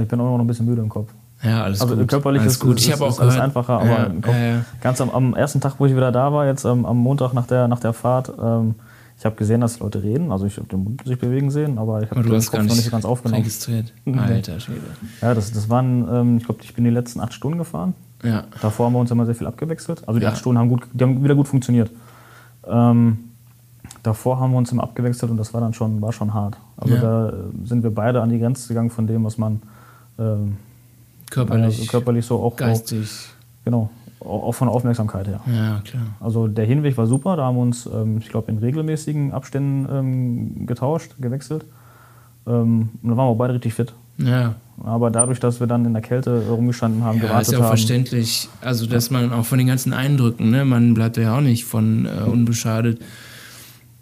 Speaker 3: Ich bin auch noch ein bisschen müde im Kopf.
Speaker 1: Ja, alles
Speaker 3: Also
Speaker 1: gut.
Speaker 3: körperlich
Speaker 1: alles
Speaker 3: ist
Speaker 1: gut.
Speaker 3: Ist,
Speaker 1: ich habe auch
Speaker 3: ist, ist
Speaker 1: gehört-
Speaker 3: einfacher, aber
Speaker 1: ja,
Speaker 3: im Kopf,
Speaker 1: ja, ja.
Speaker 3: ganz am, am ersten Tag, wo ich wieder da war, jetzt ähm, am Montag nach der, nach der Fahrt, ähm, ich habe gesehen, dass Leute reden, also ich habe den Mund sich bewegen sehen, aber ich habe
Speaker 1: Aber
Speaker 3: den
Speaker 1: du hast
Speaker 3: Kopf
Speaker 1: gar
Speaker 3: noch
Speaker 1: nicht,
Speaker 3: nicht ganz aufgenommen.
Speaker 1: registriert. Alter Schwede.
Speaker 3: Ja, das, das waren, ähm, ich glaube, ich bin die letzten acht Stunden gefahren.
Speaker 1: Ja,
Speaker 3: Davor haben wir uns immer sehr viel abgewechselt. Also die
Speaker 1: Ja.
Speaker 3: acht Stunden haben, gut, die haben wieder gut funktioniert. Ähm, davor haben wir uns immer abgewechselt und das war dann schon, war schon hart. Also
Speaker 1: Ja.
Speaker 3: da äh, sind wir beide an die Grenze gegangen von dem, was man ähm,
Speaker 1: körperlich,
Speaker 3: also körperlich so auch, auch
Speaker 1: geistig.
Speaker 3: genau, auch auch von der Aufmerksamkeit her.
Speaker 1: Ja, klar.
Speaker 3: Also der Hinweg war super, da haben wir uns, ähm, ich glaube, in regelmäßigen Abständen ähm, getauscht, gewechselt. Ähm, und da waren wir beide richtig fit.
Speaker 1: Ja,
Speaker 3: Aber dadurch, dass wir dann in der Kälte rumgestanden haben,
Speaker 1: ja
Speaker 3: gewartet
Speaker 1: ist ja auch
Speaker 3: haben.
Speaker 1: verständlich. Also, dass man auch von den ganzen Eindrücken, ne, man bleibt ja auch nicht von
Speaker 3: Hm.
Speaker 1: äh, unbeschadet.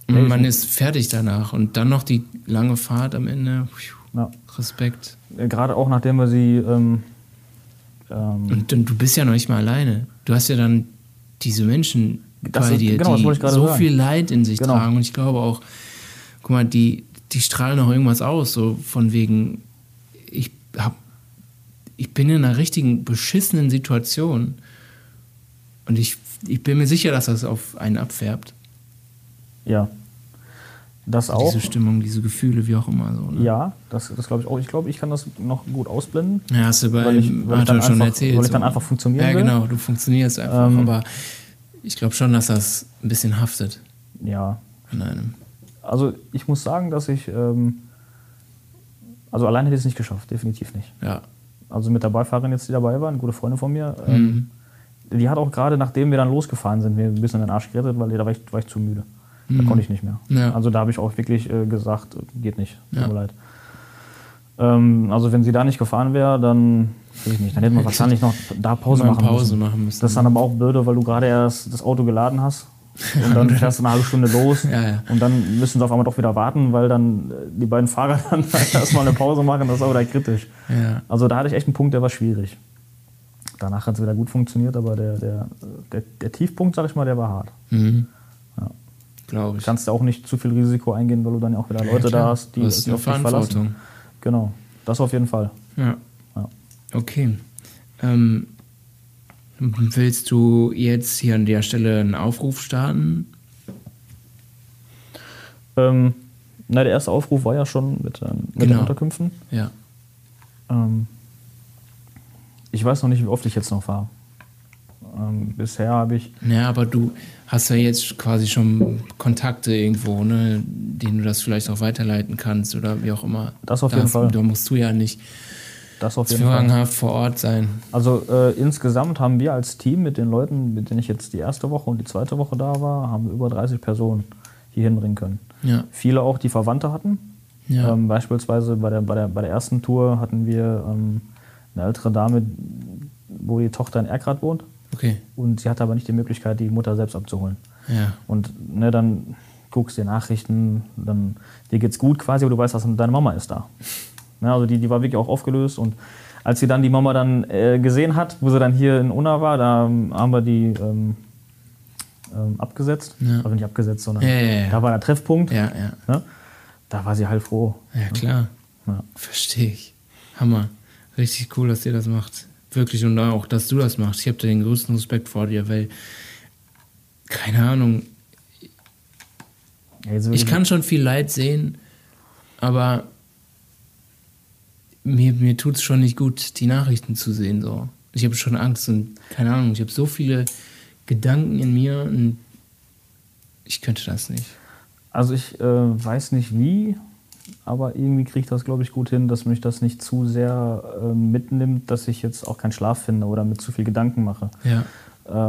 Speaker 1: Man ist fertig danach. Und dann noch die lange Fahrt am Ende. Puh,
Speaker 3: Ja.
Speaker 1: Respekt.
Speaker 3: Äh, Gerade auch nachdem wir sie ähm, ähm,
Speaker 1: Und, dann- du bist ja noch nicht mal alleine. Du hast ja dann diese Menschen
Speaker 3: Das
Speaker 1: bei
Speaker 3: ist-
Speaker 1: dir,
Speaker 3: genau, das
Speaker 1: die
Speaker 3: wollte ich gerade
Speaker 1: so
Speaker 3: sagen.
Speaker 1: viel Leid in sich
Speaker 3: Genau.
Speaker 1: tragen. Und ich glaube auch, guck mal, die, die strahlen auch irgendwas aus, so von wegen, ich hab, ich bin in einer richtigen beschissenen Situation. Und ich, ich bin mir sicher, dass das auf einen abfärbt.
Speaker 3: ja. Das
Speaker 1: So
Speaker 3: auch.
Speaker 1: Diese Stimmung, diese Gefühle, wie auch immer. So, ne?
Speaker 3: Ja, das, das glaube ich auch. Ich glaube, ich kann das noch gut ausblenden.
Speaker 1: Ja, hast du bei
Speaker 3: Weil ich- weil ich
Speaker 1: hat
Speaker 3: dann
Speaker 1: er schon
Speaker 3: einfach-
Speaker 1: erzählt.
Speaker 3: weil ich dann
Speaker 1: so.
Speaker 3: einfach funktionieren
Speaker 1: Ja,
Speaker 3: will.
Speaker 1: genau, du funktionierst einfach.
Speaker 3: Ähm.
Speaker 1: aber ich glaube schon, dass das ein bisschen haftet
Speaker 3: Ja.
Speaker 1: an einem.
Speaker 3: Also ich muss sagen, dass ich ähm, also alleine hätte ich es nicht geschafft, definitiv nicht.
Speaker 1: Ja.
Speaker 3: also mit der Beifahrerin jetzt, die dabei war, eine gute Freundin von mir, ähm,
Speaker 1: Mhm.
Speaker 3: die hat auch gerade, nachdem wir dann losgefahren sind, mir ein bisschen den Arsch gerettet, weil da war ich, war ich zu müde. Da konnte ich nicht mehr.
Speaker 1: Mhm. Ja.
Speaker 3: Also da habe ich auch wirklich äh, gesagt, äh, geht nicht, tut
Speaker 1: Ja.
Speaker 3: mir leid. Ähm, also wenn sie da nicht gefahren wäre, dann weiß ich nicht, dann hätten wir wahrscheinlich noch da Pause
Speaker 1: Mal
Speaker 3: machen
Speaker 1: Pause
Speaker 3: müssen.
Speaker 1: machen müssen.
Speaker 3: Das ist dann aber auch blöde, weil du gerade erst das Auto geladen hast und dann fährst du eine halbe Stunde los
Speaker 1: Ja, ja.
Speaker 3: und dann müssen sie auf einmal doch wieder warten, weil dann äh, die beiden Fahrer dann erstmal eine Pause machen, das ist aber da kritisch.
Speaker 1: Ja.
Speaker 3: Also da hatte ich echt einen Punkt, der war schwierig. danach hat es wieder gut funktioniert, aber der, der, der, der Tiefpunkt, sag ich mal, der war hart.
Speaker 1: Mhm.
Speaker 3: Ja.
Speaker 1: Glaube
Speaker 3: Du
Speaker 1: ich.
Speaker 3: kannst ja auch nicht zu viel Risiko eingehen, weil du dann ja auch wieder Leute da
Speaker 1: klar.
Speaker 3: hast, die
Speaker 1: Du hast
Speaker 3: sich
Speaker 1: eine
Speaker 3: auf dich
Speaker 1: Verantwortung.
Speaker 3: verlassen. Genau, das auf jeden Fall.
Speaker 1: Ja.
Speaker 3: Ja.
Speaker 1: Okay. Ähm, willst du jetzt hier an der Stelle einen Aufruf starten?
Speaker 3: Ähm, na, der erste Aufruf war ja schon mit, ähm, mit den
Speaker 1: Genau.
Speaker 3: Unterkünften.
Speaker 1: Ja.
Speaker 3: Ähm, ich weiß noch nicht, wie oft ich jetzt noch fahre. Ähm, bisher habe ich,
Speaker 1: Ja, aber du hast ja jetzt quasi schon Kontakte irgendwo, ne, denen du das vielleicht auch weiterleiten kannst oder wie auch immer.
Speaker 3: Das auf
Speaker 1: Da
Speaker 3: jeden
Speaker 1: hast-
Speaker 3: Fall.
Speaker 1: Da musst du ja nicht
Speaker 3: das auf jeden Fall.
Speaker 1: zwanghaft vor Ort sein.
Speaker 3: Also äh, insgesamt haben wir als Team mit den Leuten, mit denen ich jetzt die erste Woche und die zweite Woche da war, haben wir über 30 Personen hier hinbringen können.
Speaker 1: Ja.
Speaker 3: Viele auch, die Verwandte hatten.
Speaker 1: Ja.
Speaker 3: Ähm, beispielsweise bei der, bei, der, bei der ersten Tour hatten wir ähm, eine ältere Dame, wo die Tochter in Erkrath wohnt.
Speaker 1: Okay.
Speaker 3: Und sie hatte aber nicht die Möglichkeit, die Mutter selbst abzuholen.
Speaker 1: Ja.
Speaker 3: Und ne, dann guckst dir Nachrichten, dann dir geht's gut quasi, aber du weißt, dass deine Mama ist da. Ne, also die, die war wirklich auch aufgelöst und als sie dann die Mama dann äh, gesehen hat, wo sie dann hier in Unna war, da ähm, haben wir die ähm, ähm, abgesetzt.
Speaker 1: Ja.
Speaker 3: Also nicht abgesetzt, sondern
Speaker 1: Ja, ja, ja.
Speaker 3: da war der Treffpunkt.
Speaker 1: Ja, ja.
Speaker 3: Ne? Da war sie halt heilfroh.
Speaker 1: Ja, klar.
Speaker 3: Ja.
Speaker 1: Verstehe ich. Hammer. Richtig cool, dass ihr das macht. Wirklich und auch, dass du das machst. Ich habe da den größten Respekt vor dir, weil, keine Ahnung,
Speaker 3: Ja, jetzt will
Speaker 1: ich kann schon viel Leid sehen, aber mir, mir tut es schon nicht gut, die Nachrichten zu sehen. So. Ich habe schon Angst und keine Ahnung, ich habe so viele Gedanken in mir und ich könnte das nicht.
Speaker 3: Also ich äh, weiß nicht wie, aber irgendwie kriege ich das, glaube ich, gut hin, dass mich das nicht zu sehr äh, mitnimmt, dass ich jetzt auch keinen Schlaf finde oder mit zu viel Gedanken mache.
Speaker 1: Ja,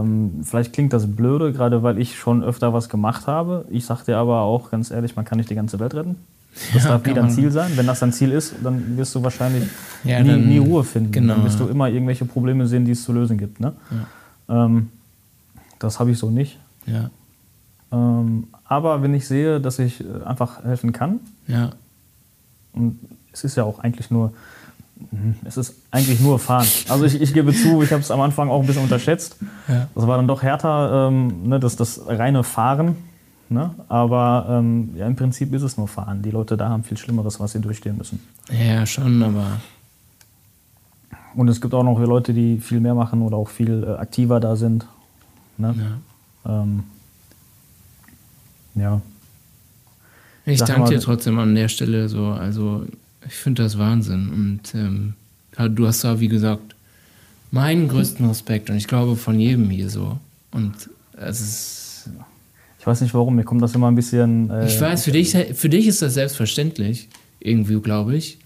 Speaker 3: Ähm, vielleicht klingt das blöde, gerade weil ich schon öfter was gemacht habe. Ich sag dir aber auch ganz ehrlich, man kann nicht die ganze Welt retten. Das
Speaker 1: Ja,
Speaker 3: darf nie
Speaker 1: kann
Speaker 3: dein
Speaker 1: man.
Speaker 3: Ziel sein. Wenn das dein Ziel ist, dann wirst du wahrscheinlich
Speaker 1: Ja,
Speaker 3: nie,
Speaker 1: dann-
Speaker 3: nie Ruhe finden.
Speaker 1: genau,
Speaker 3: Dann wirst du
Speaker 1: ja.
Speaker 3: immer irgendwelche Probleme sehen, die es zu lösen gibt. Ne? Ähm, das habe ich so nicht.
Speaker 1: ja,
Speaker 3: Ähm, aber wenn ich sehe, dass ich äh, einfach helfen kann,
Speaker 1: ja,
Speaker 3: und es ist ja auch eigentlich nur, hm, es ist eigentlich nur Fahren. Also ich, ich gebe zu, ich habe es am Anfang auch ein bisschen unterschätzt.
Speaker 1: Ja.
Speaker 3: Das war dann doch härter, ähm, ne, das, das reine Fahren. Ne? Aber ähm, ja, im Prinzip ist es nur Fahren. Die Leute da haben viel Schlimmeres, was sie durchstehen müssen.
Speaker 1: ja, schon, aber
Speaker 3: Und es gibt auch noch Leute, die viel mehr machen oder auch viel äh, aktiver da sind. Ne?
Speaker 1: ja.
Speaker 3: Ja. Ähm, ja.
Speaker 1: Ich
Speaker 3: Sag
Speaker 1: danke
Speaker 3: mal-
Speaker 1: dir trotzdem an der Stelle so. Also, ich finde das Wahnsinn. Und ähm, ja, du hast da, wie gesagt, meinen größten Respekt und ich glaube von jedem hier so. Und es ist.
Speaker 3: Ich weiß nicht warum, mir kommt das immer ein bisschen äh,
Speaker 1: Ich weiß, für dich, für dich ist das selbstverständlich, irgendwie, glaube ich.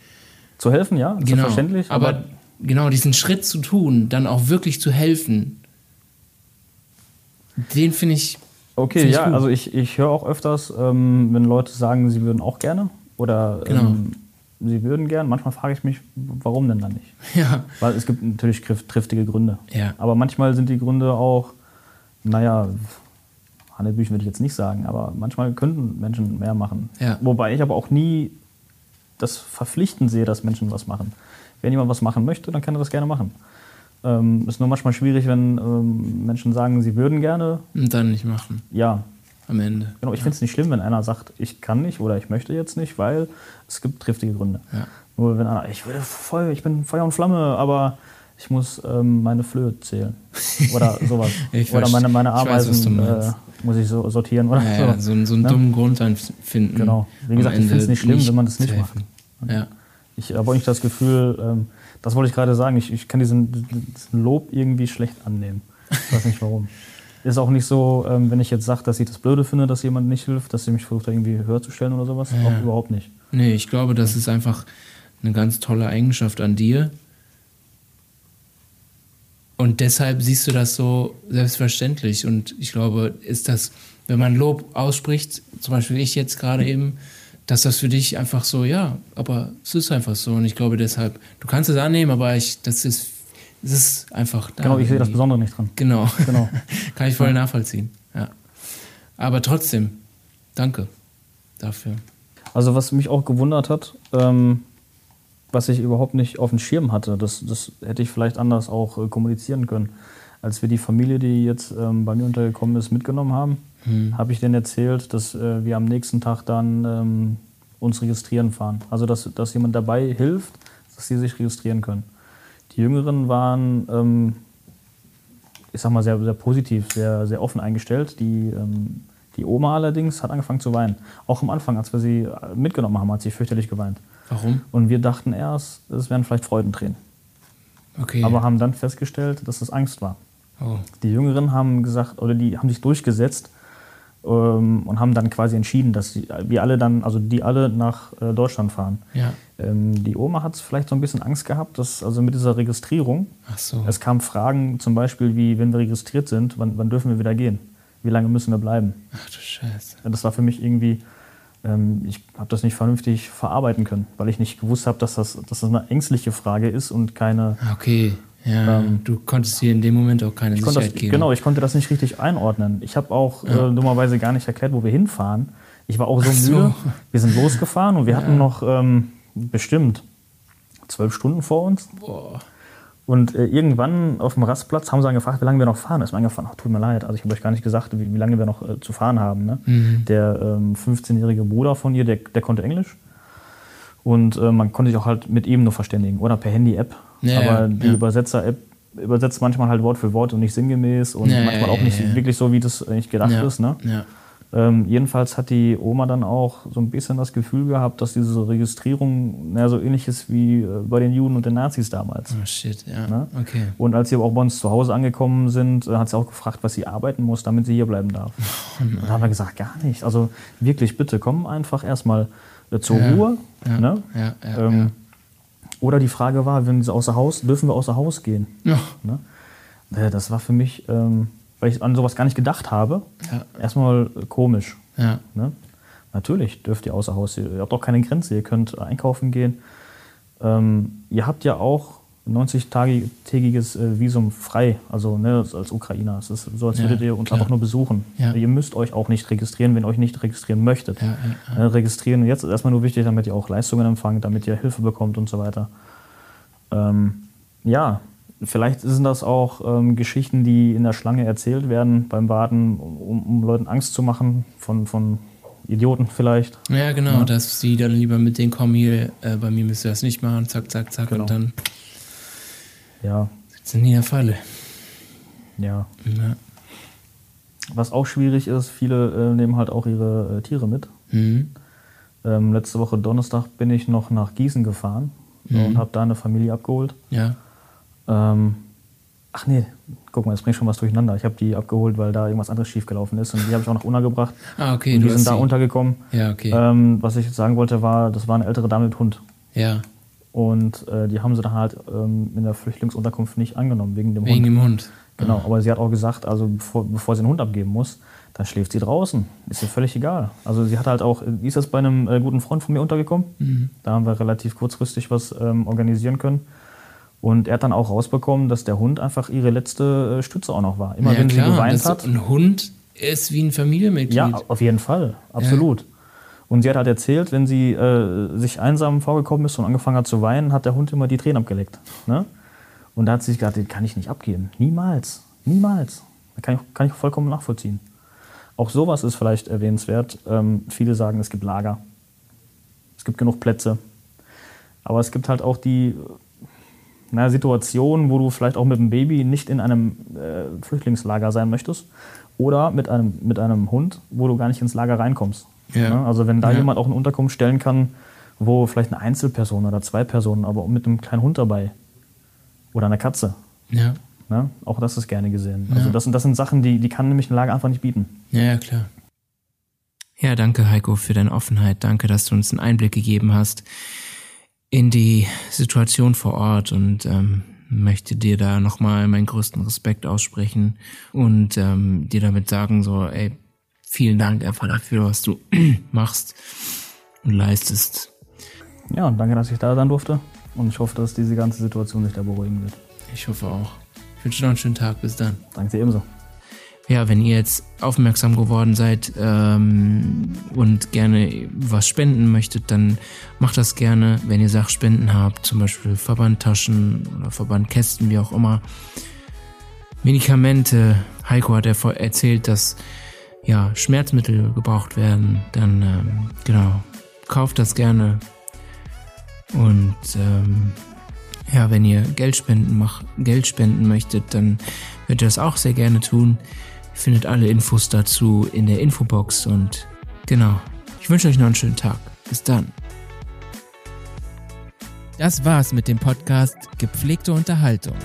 Speaker 3: zu helfen, ja,
Speaker 1: Genau.
Speaker 3: selbstverständlich.
Speaker 1: aber, genau, diesen Schritt zu tun, dann auch wirklich zu helfen, den finde ich.
Speaker 3: Okay,
Speaker 1: Finde ich
Speaker 3: ja,
Speaker 1: gut.
Speaker 3: also ich, ich höre auch öfters, ähm, wenn Leute sagen, sie würden auch gerne oder
Speaker 1: Genau.
Speaker 3: ähm, sie würden gern. Manchmal frage ich mich, warum denn dann nicht?
Speaker 1: Ja,
Speaker 3: Weil es gibt natürlich griff- triftige Gründe.
Speaker 1: Ja.
Speaker 3: Aber manchmal sind die Gründe auch, naja, Hanebüchen würde ich jetzt nicht sagen, aber manchmal könnten Menschen mehr machen.
Speaker 1: Ja.
Speaker 3: Wobei ich aber auch nie das Verpflichten sehe, dass Menschen was machen. Wenn jemand was machen möchte, dann kann er das gerne machen. Ähm, ist nur manchmal schwierig, wenn ähm, Menschen sagen, sie würden gerne.
Speaker 1: und dann nicht machen
Speaker 3: Ja,
Speaker 1: am Ende.
Speaker 3: Genau, ich finde es nicht schlimm, wenn einer sagt, ich kann nicht oder ich möchte jetzt nicht, weil es gibt triftige Gründe.
Speaker 1: Ja.
Speaker 3: Nur wenn einer, ich würde voll, ich bin Feuer und Flamme, aber ich muss ähm, meine Flöhe zählen oder sowas.
Speaker 1: Ich
Speaker 3: oder meine, meine
Speaker 1: verste- ich weiß, was du
Speaker 3: Ameisen äh,
Speaker 1: meinst.
Speaker 3: muss ich so sortieren oder
Speaker 1: Ja, ja,
Speaker 3: so.
Speaker 1: so, einen- so einen
Speaker 3: Ne?
Speaker 1: dummen Grund dann finden.
Speaker 3: Genau. Wie
Speaker 1: am
Speaker 3: gesagt, ich
Speaker 1: Ende
Speaker 3: find's nicht schlimm, wenn man das
Speaker 1: zu
Speaker 3: nicht
Speaker 1: helfen. Ja,
Speaker 3: Ich habe auch nicht das Gefühl, ähm, das wollte ich gerade sagen, ich, ich kann diesen, diesen Lob irgendwie schlecht annehmen. Ich weiß nicht warum. Ist auch nicht so, ähm, wenn ich jetzt sage, dass ich das blöde finde, dass jemand nicht hilft, dass sie mich versucht, da irgendwie höher zu stellen oder sowas. Auch überhaupt nicht.
Speaker 1: nee, ich glaube, das ist einfach eine ganz tolle Eigenschaft an dir. Und deshalb siehst du das so selbstverständlich. Und ich glaube, ist das, wenn man Lob ausspricht, zum Beispiel ich jetzt gerade eben, dass das für dich einfach so, ja, aber es ist einfach so. Und ich glaube deshalb, du kannst es annehmen, aber ich, das ist, es ist einfach da.
Speaker 3: Genau, ich sehe das
Speaker 1: irgendwie.
Speaker 3: Besondere nicht dran.
Speaker 1: Genau.
Speaker 3: Genau.
Speaker 1: Kann ich voll nachvollziehen. Ja. Aber trotzdem, danke dafür.
Speaker 3: Also was mich auch gewundert hat, ähm, was ich überhaupt nicht auf dem Schirm hatte. Das, das hätte ich vielleicht anders auch äh, kommunizieren können. Als wir die Familie, die jetzt ähm, bei mir untergekommen ist, mitgenommen haben, habe ich denen erzählt, dass äh, wir am nächsten Tag dann ähm, uns registrieren fahren. Also, dass, dass jemand dabei hilft, dass sie sich registrieren können. Die Jüngeren waren, ähm, ich sag mal, sehr, sehr positiv, sehr, sehr offen eingestellt. Die, ähm, die Oma allerdings hat angefangen zu weinen. Auch am Anfang, als wir sie äh, mitgenommen haben, hat sie fürchterlich geweint.
Speaker 1: Warum?
Speaker 3: Und wir dachten erst, es wären vielleicht Freudentränen.
Speaker 1: Okay.
Speaker 3: Aber haben dann festgestellt, dass es Angst war.
Speaker 1: oh.
Speaker 3: Die Jüngeren haben gesagt, oder die haben sich durchgesetzt ähm, und haben dann quasi entschieden, dass sie- wir alle dann, also die alle nach äh, Deutschland fahren.
Speaker 1: Ja.
Speaker 3: Ähm, die Oma hat vielleicht so ein bisschen Angst gehabt, dass also mit dieser Registrierung,
Speaker 1: Ach so.
Speaker 3: es kamen Fragen zum Beispiel wie, wenn wir registriert sind, wann, wann dürfen wir wieder gehen? Wie lange müssen wir bleiben?
Speaker 1: Ach du Scheiße.
Speaker 3: Das war für mich irgendwie, ähm, ich habe das nicht vernünftig verarbeiten können, weil ich nicht gewusst habe, dass das, dass das eine ängstliche Frage ist und keine
Speaker 1: Ah, Okay. Ja, du konntest dir in dem Moment auch keine
Speaker 3: Ähm, Ich konnte
Speaker 1: Sicherheit
Speaker 3: das,
Speaker 1: geben.
Speaker 3: genau, ich konnte das nicht richtig einordnen. Ich habe auch äh, dummerweise gar nicht erklärt, wo wir hinfahren. Ich war auch so,
Speaker 1: so.
Speaker 3: müde. Wir sind losgefahren und wir hatten noch ähm, bestimmt zwölf Stunden vor uns.
Speaker 1: Boah.
Speaker 3: Und äh, irgendwann auf dem Rastplatz haben sie dann gefragt, wie lange wir noch fahren. Da Ist mir angefangen, ach, tut mir leid, also ich habe euch gar nicht gesagt, wie, wie lange wir noch äh, zu fahren haben. Ne?
Speaker 1: Mhm.
Speaker 3: Der ähm, 15-jährige Bruder von ihr, der, der konnte Englisch. Und äh, man konnte sich auch halt mit ihm nur verständigen oder per Handy-App.
Speaker 1: Ja,
Speaker 3: Aber
Speaker 1: ja,
Speaker 3: die
Speaker 1: ja.
Speaker 3: Übersetzer-App übersetzt manchmal halt Wort für Wort und nicht sinngemäß und
Speaker 1: Ja, ja,
Speaker 3: manchmal auch
Speaker 1: ja,
Speaker 3: nicht
Speaker 1: ja.
Speaker 3: wirklich so, wie das eigentlich gedacht
Speaker 1: Ja.
Speaker 3: ist. Ne?
Speaker 1: ja.
Speaker 3: Ähm, jedenfalls hat die Oma dann auch so ein bisschen das Gefühl gehabt, dass diese Registrierung na, so ähnlich ist wie äh, bei den Juden und den Nazis damals.
Speaker 1: Oh shit, ja.
Speaker 3: Ne?
Speaker 1: Okay.
Speaker 3: Und als sie aber auch bei uns zu Hause angekommen sind, äh, hat sie auch gefragt, was sie arbeiten muss, damit sie hier bleiben darf.
Speaker 1: Oh,
Speaker 3: und da haben wir gesagt, gar nicht. Also wirklich, bitte komm einfach erstmal äh, zur Ruhe.
Speaker 1: Ja,
Speaker 3: ne?
Speaker 1: ja, ja,
Speaker 3: ähm, Oder die Frage war, wenn sie außer Haus, dürfen wir außer Haus gehen?
Speaker 1: ja.
Speaker 3: Ne? Äh, Das war für mich, ähm, weil ich an sowas gar nicht gedacht habe,
Speaker 1: Ja.
Speaker 3: erstmal äh, komisch.
Speaker 1: Ja.
Speaker 3: Ne? Natürlich dürft ihr außer Haus, ihr habt auch keine Grenze, ihr könnt einkaufen gehen. Ähm, ihr habt ja auch 90-tägiges äh, Visum frei, also ne, als- als Ukrainer. Es ist so, als
Speaker 1: Ja,
Speaker 3: würdet ihr uns
Speaker 1: klar.
Speaker 3: einfach nur besuchen.
Speaker 1: Ja.
Speaker 3: Ihr müsst euch auch nicht registrieren, wenn ihr euch nicht registrieren möchtet.
Speaker 1: Ja,
Speaker 3: Äh, registrieren jetzt ist erstmal nur wichtig, damit ihr auch Leistungen empfangt, damit ihr Hilfe bekommt und so weiter. Ähm, ja, vielleicht sind das auch ähm, Geschichten, die in der Schlange erzählt werden beim Warten, um, um Leuten Angst zu machen, von, von Idioten vielleicht.
Speaker 1: Ja, genau, dass sie dann lieber mit denen kommen, hier, äh, bei mir müsst ihr das nicht machen, zack, zack, zack,
Speaker 3: Genau.
Speaker 1: und dann
Speaker 3: Ja,
Speaker 1: sitzen die in der Falle.
Speaker 3: ja.
Speaker 1: Ja.
Speaker 3: Was auch schwierig ist, viele äh, nehmen halt auch ihre äh, Tiere mit.
Speaker 1: Mhm.
Speaker 3: Ähm, letzte Woche Donnerstag bin ich noch nach Gießen gefahren
Speaker 1: Mhm.
Speaker 3: und habe da eine Familie abgeholt.
Speaker 1: Ja.
Speaker 3: Ähm, ach nee, guck mal, das bringt schon was durcheinander. Ich habe die abgeholt, weil da irgendwas anderes schiefgelaufen ist und die habe ich auch noch untergebracht.
Speaker 1: Ah, okay,
Speaker 3: und
Speaker 1: du
Speaker 3: die sind
Speaker 1: hast
Speaker 3: da
Speaker 1: die-
Speaker 3: untergekommen.
Speaker 1: Ja, okay.
Speaker 3: Ähm, was ich jetzt sagen wollte, war, das war eine ältere Dame mit Hund.
Speaker 1: ja.
Speaker 3: Und äh, die haben sie dann halt ähm, in der Flüchtlingsunterkunft nicht angenommen, wegen dem
Speaker 1: Wegen
Speaker 3: Hund.
Speaker 1: dem Hund.
Speaker 3: Genau, aber sie hat auch gesagt, also bevor, bevor sie den Hund abgeben muss, dann schläft sie draußen. Ist ihr völlig egal. Also sie hat halt auch, die ist jetzt bei einem äh, guten Freund von mir untergekommen.
Speaker 1: Mhm.
Speaker 3: Da haben wir relativ kurzfristig was ähm, organisieren können. Und er hat dann auch rausbekommen, dass der Hund einfach ihre letzte äh, Stütze auch noch war. Immer
Speaker 1: ja,
Speaker 3: wenn
Speaker 1: klar,
Speaker 3: sie geweint
Speaker 1: das-
Speaker 3: hat.
Speaker 1: Ein Hund ist wie ein Familienmitglied.
Speaker 3: Ja, auf jeden Fall, absolut. Und sie hat halt erzählt, wenn sie äh, sich einsam vorgekommen ist und angefangen hat zu weinen, hat der Hund immer die Tränen abgeleckt. Ne? Und da hat sie sich gedacht, den kann ich nicht abgeben. Niemals. Niemals. Das Kann ich, kann ich vollkommen nachvollziehen. Auch sowas ist vielleicht erwähnenswert. Ähm, viele sagen, es gibt Lager. Es gibt genug Plätze. Aber es gibt halt auch die äh, na, Situation, wo du vielleicht auch mit dem Baby nicht in einem äh, Flüchtlingslager sein möchtest oder mit einem, mit einem Hund, wo du gar nicht ins Lager reinkommst.
Speaker 1: Ja.
Speaker 3: Ne? Also wenn da
Speaker 1: Ja.
Speaker 3: jemand auch eine Unterkunft stellen kann, wo vielleicht eine Einzelperson oder zwei Personen, aber mit einem kleinen Hund dabei oder einer Katze.
Speaker 1: Ja,
Speaker 3: Ne? Auch das ist gerne gesehen. Also das, sind- das sind Sachen, die, die kann nämlich ein Lager einfach nicht bieten.
Speaker 1: ja, ja, klar. Ja, danke Heiko für deine Offenheit. Danke, dass du uns einen Einblick gegeben hast in die Situation vor Ort und ähm, möchte dir da nochmal meinen größten Respekt aussprechen und ähm, dir damit sagen, so, ey, vielen Dank einfach dafür, was du machst und leistest.
Speaker 3: Ja, danke, dass ich da sein durfte. Und ich hoffe, dass diese ganze Situation sich da beruhigen wird.
Speaker 1: Ich hoffe auch. Ich wünsche dir noch einen schönen Tag. Bis dann.
Speaker 3: Danke dir ebenso.
Speaker 1: Ja, wenn ihr jetzt aufmerksam geworden seid ähm, und gerne was spenden möchtet, dann macht das gerne. Wenn ihr Sachspenden habt, zum Beispiel Verbandtaschen oder Verbandkästen, wie auch immer. Medikamente. Heiko hat ervo- erzählt, dass ja, Schmerzmittel gebraucht werden. Dann, ähm, genau, kauft das gerne. Und ähm, ja, wenn ihr Geld spenden, mach, Geld spenden möchtet, dann könnt ihr das auch sehr gerne tun. Ihr findet alle Infos dazu in der Infobox und genau. Ich wünsche euch noch einen schönen Tag. Bis dann. Das war's mit dem Podcast Gepflegte Unterhaltung.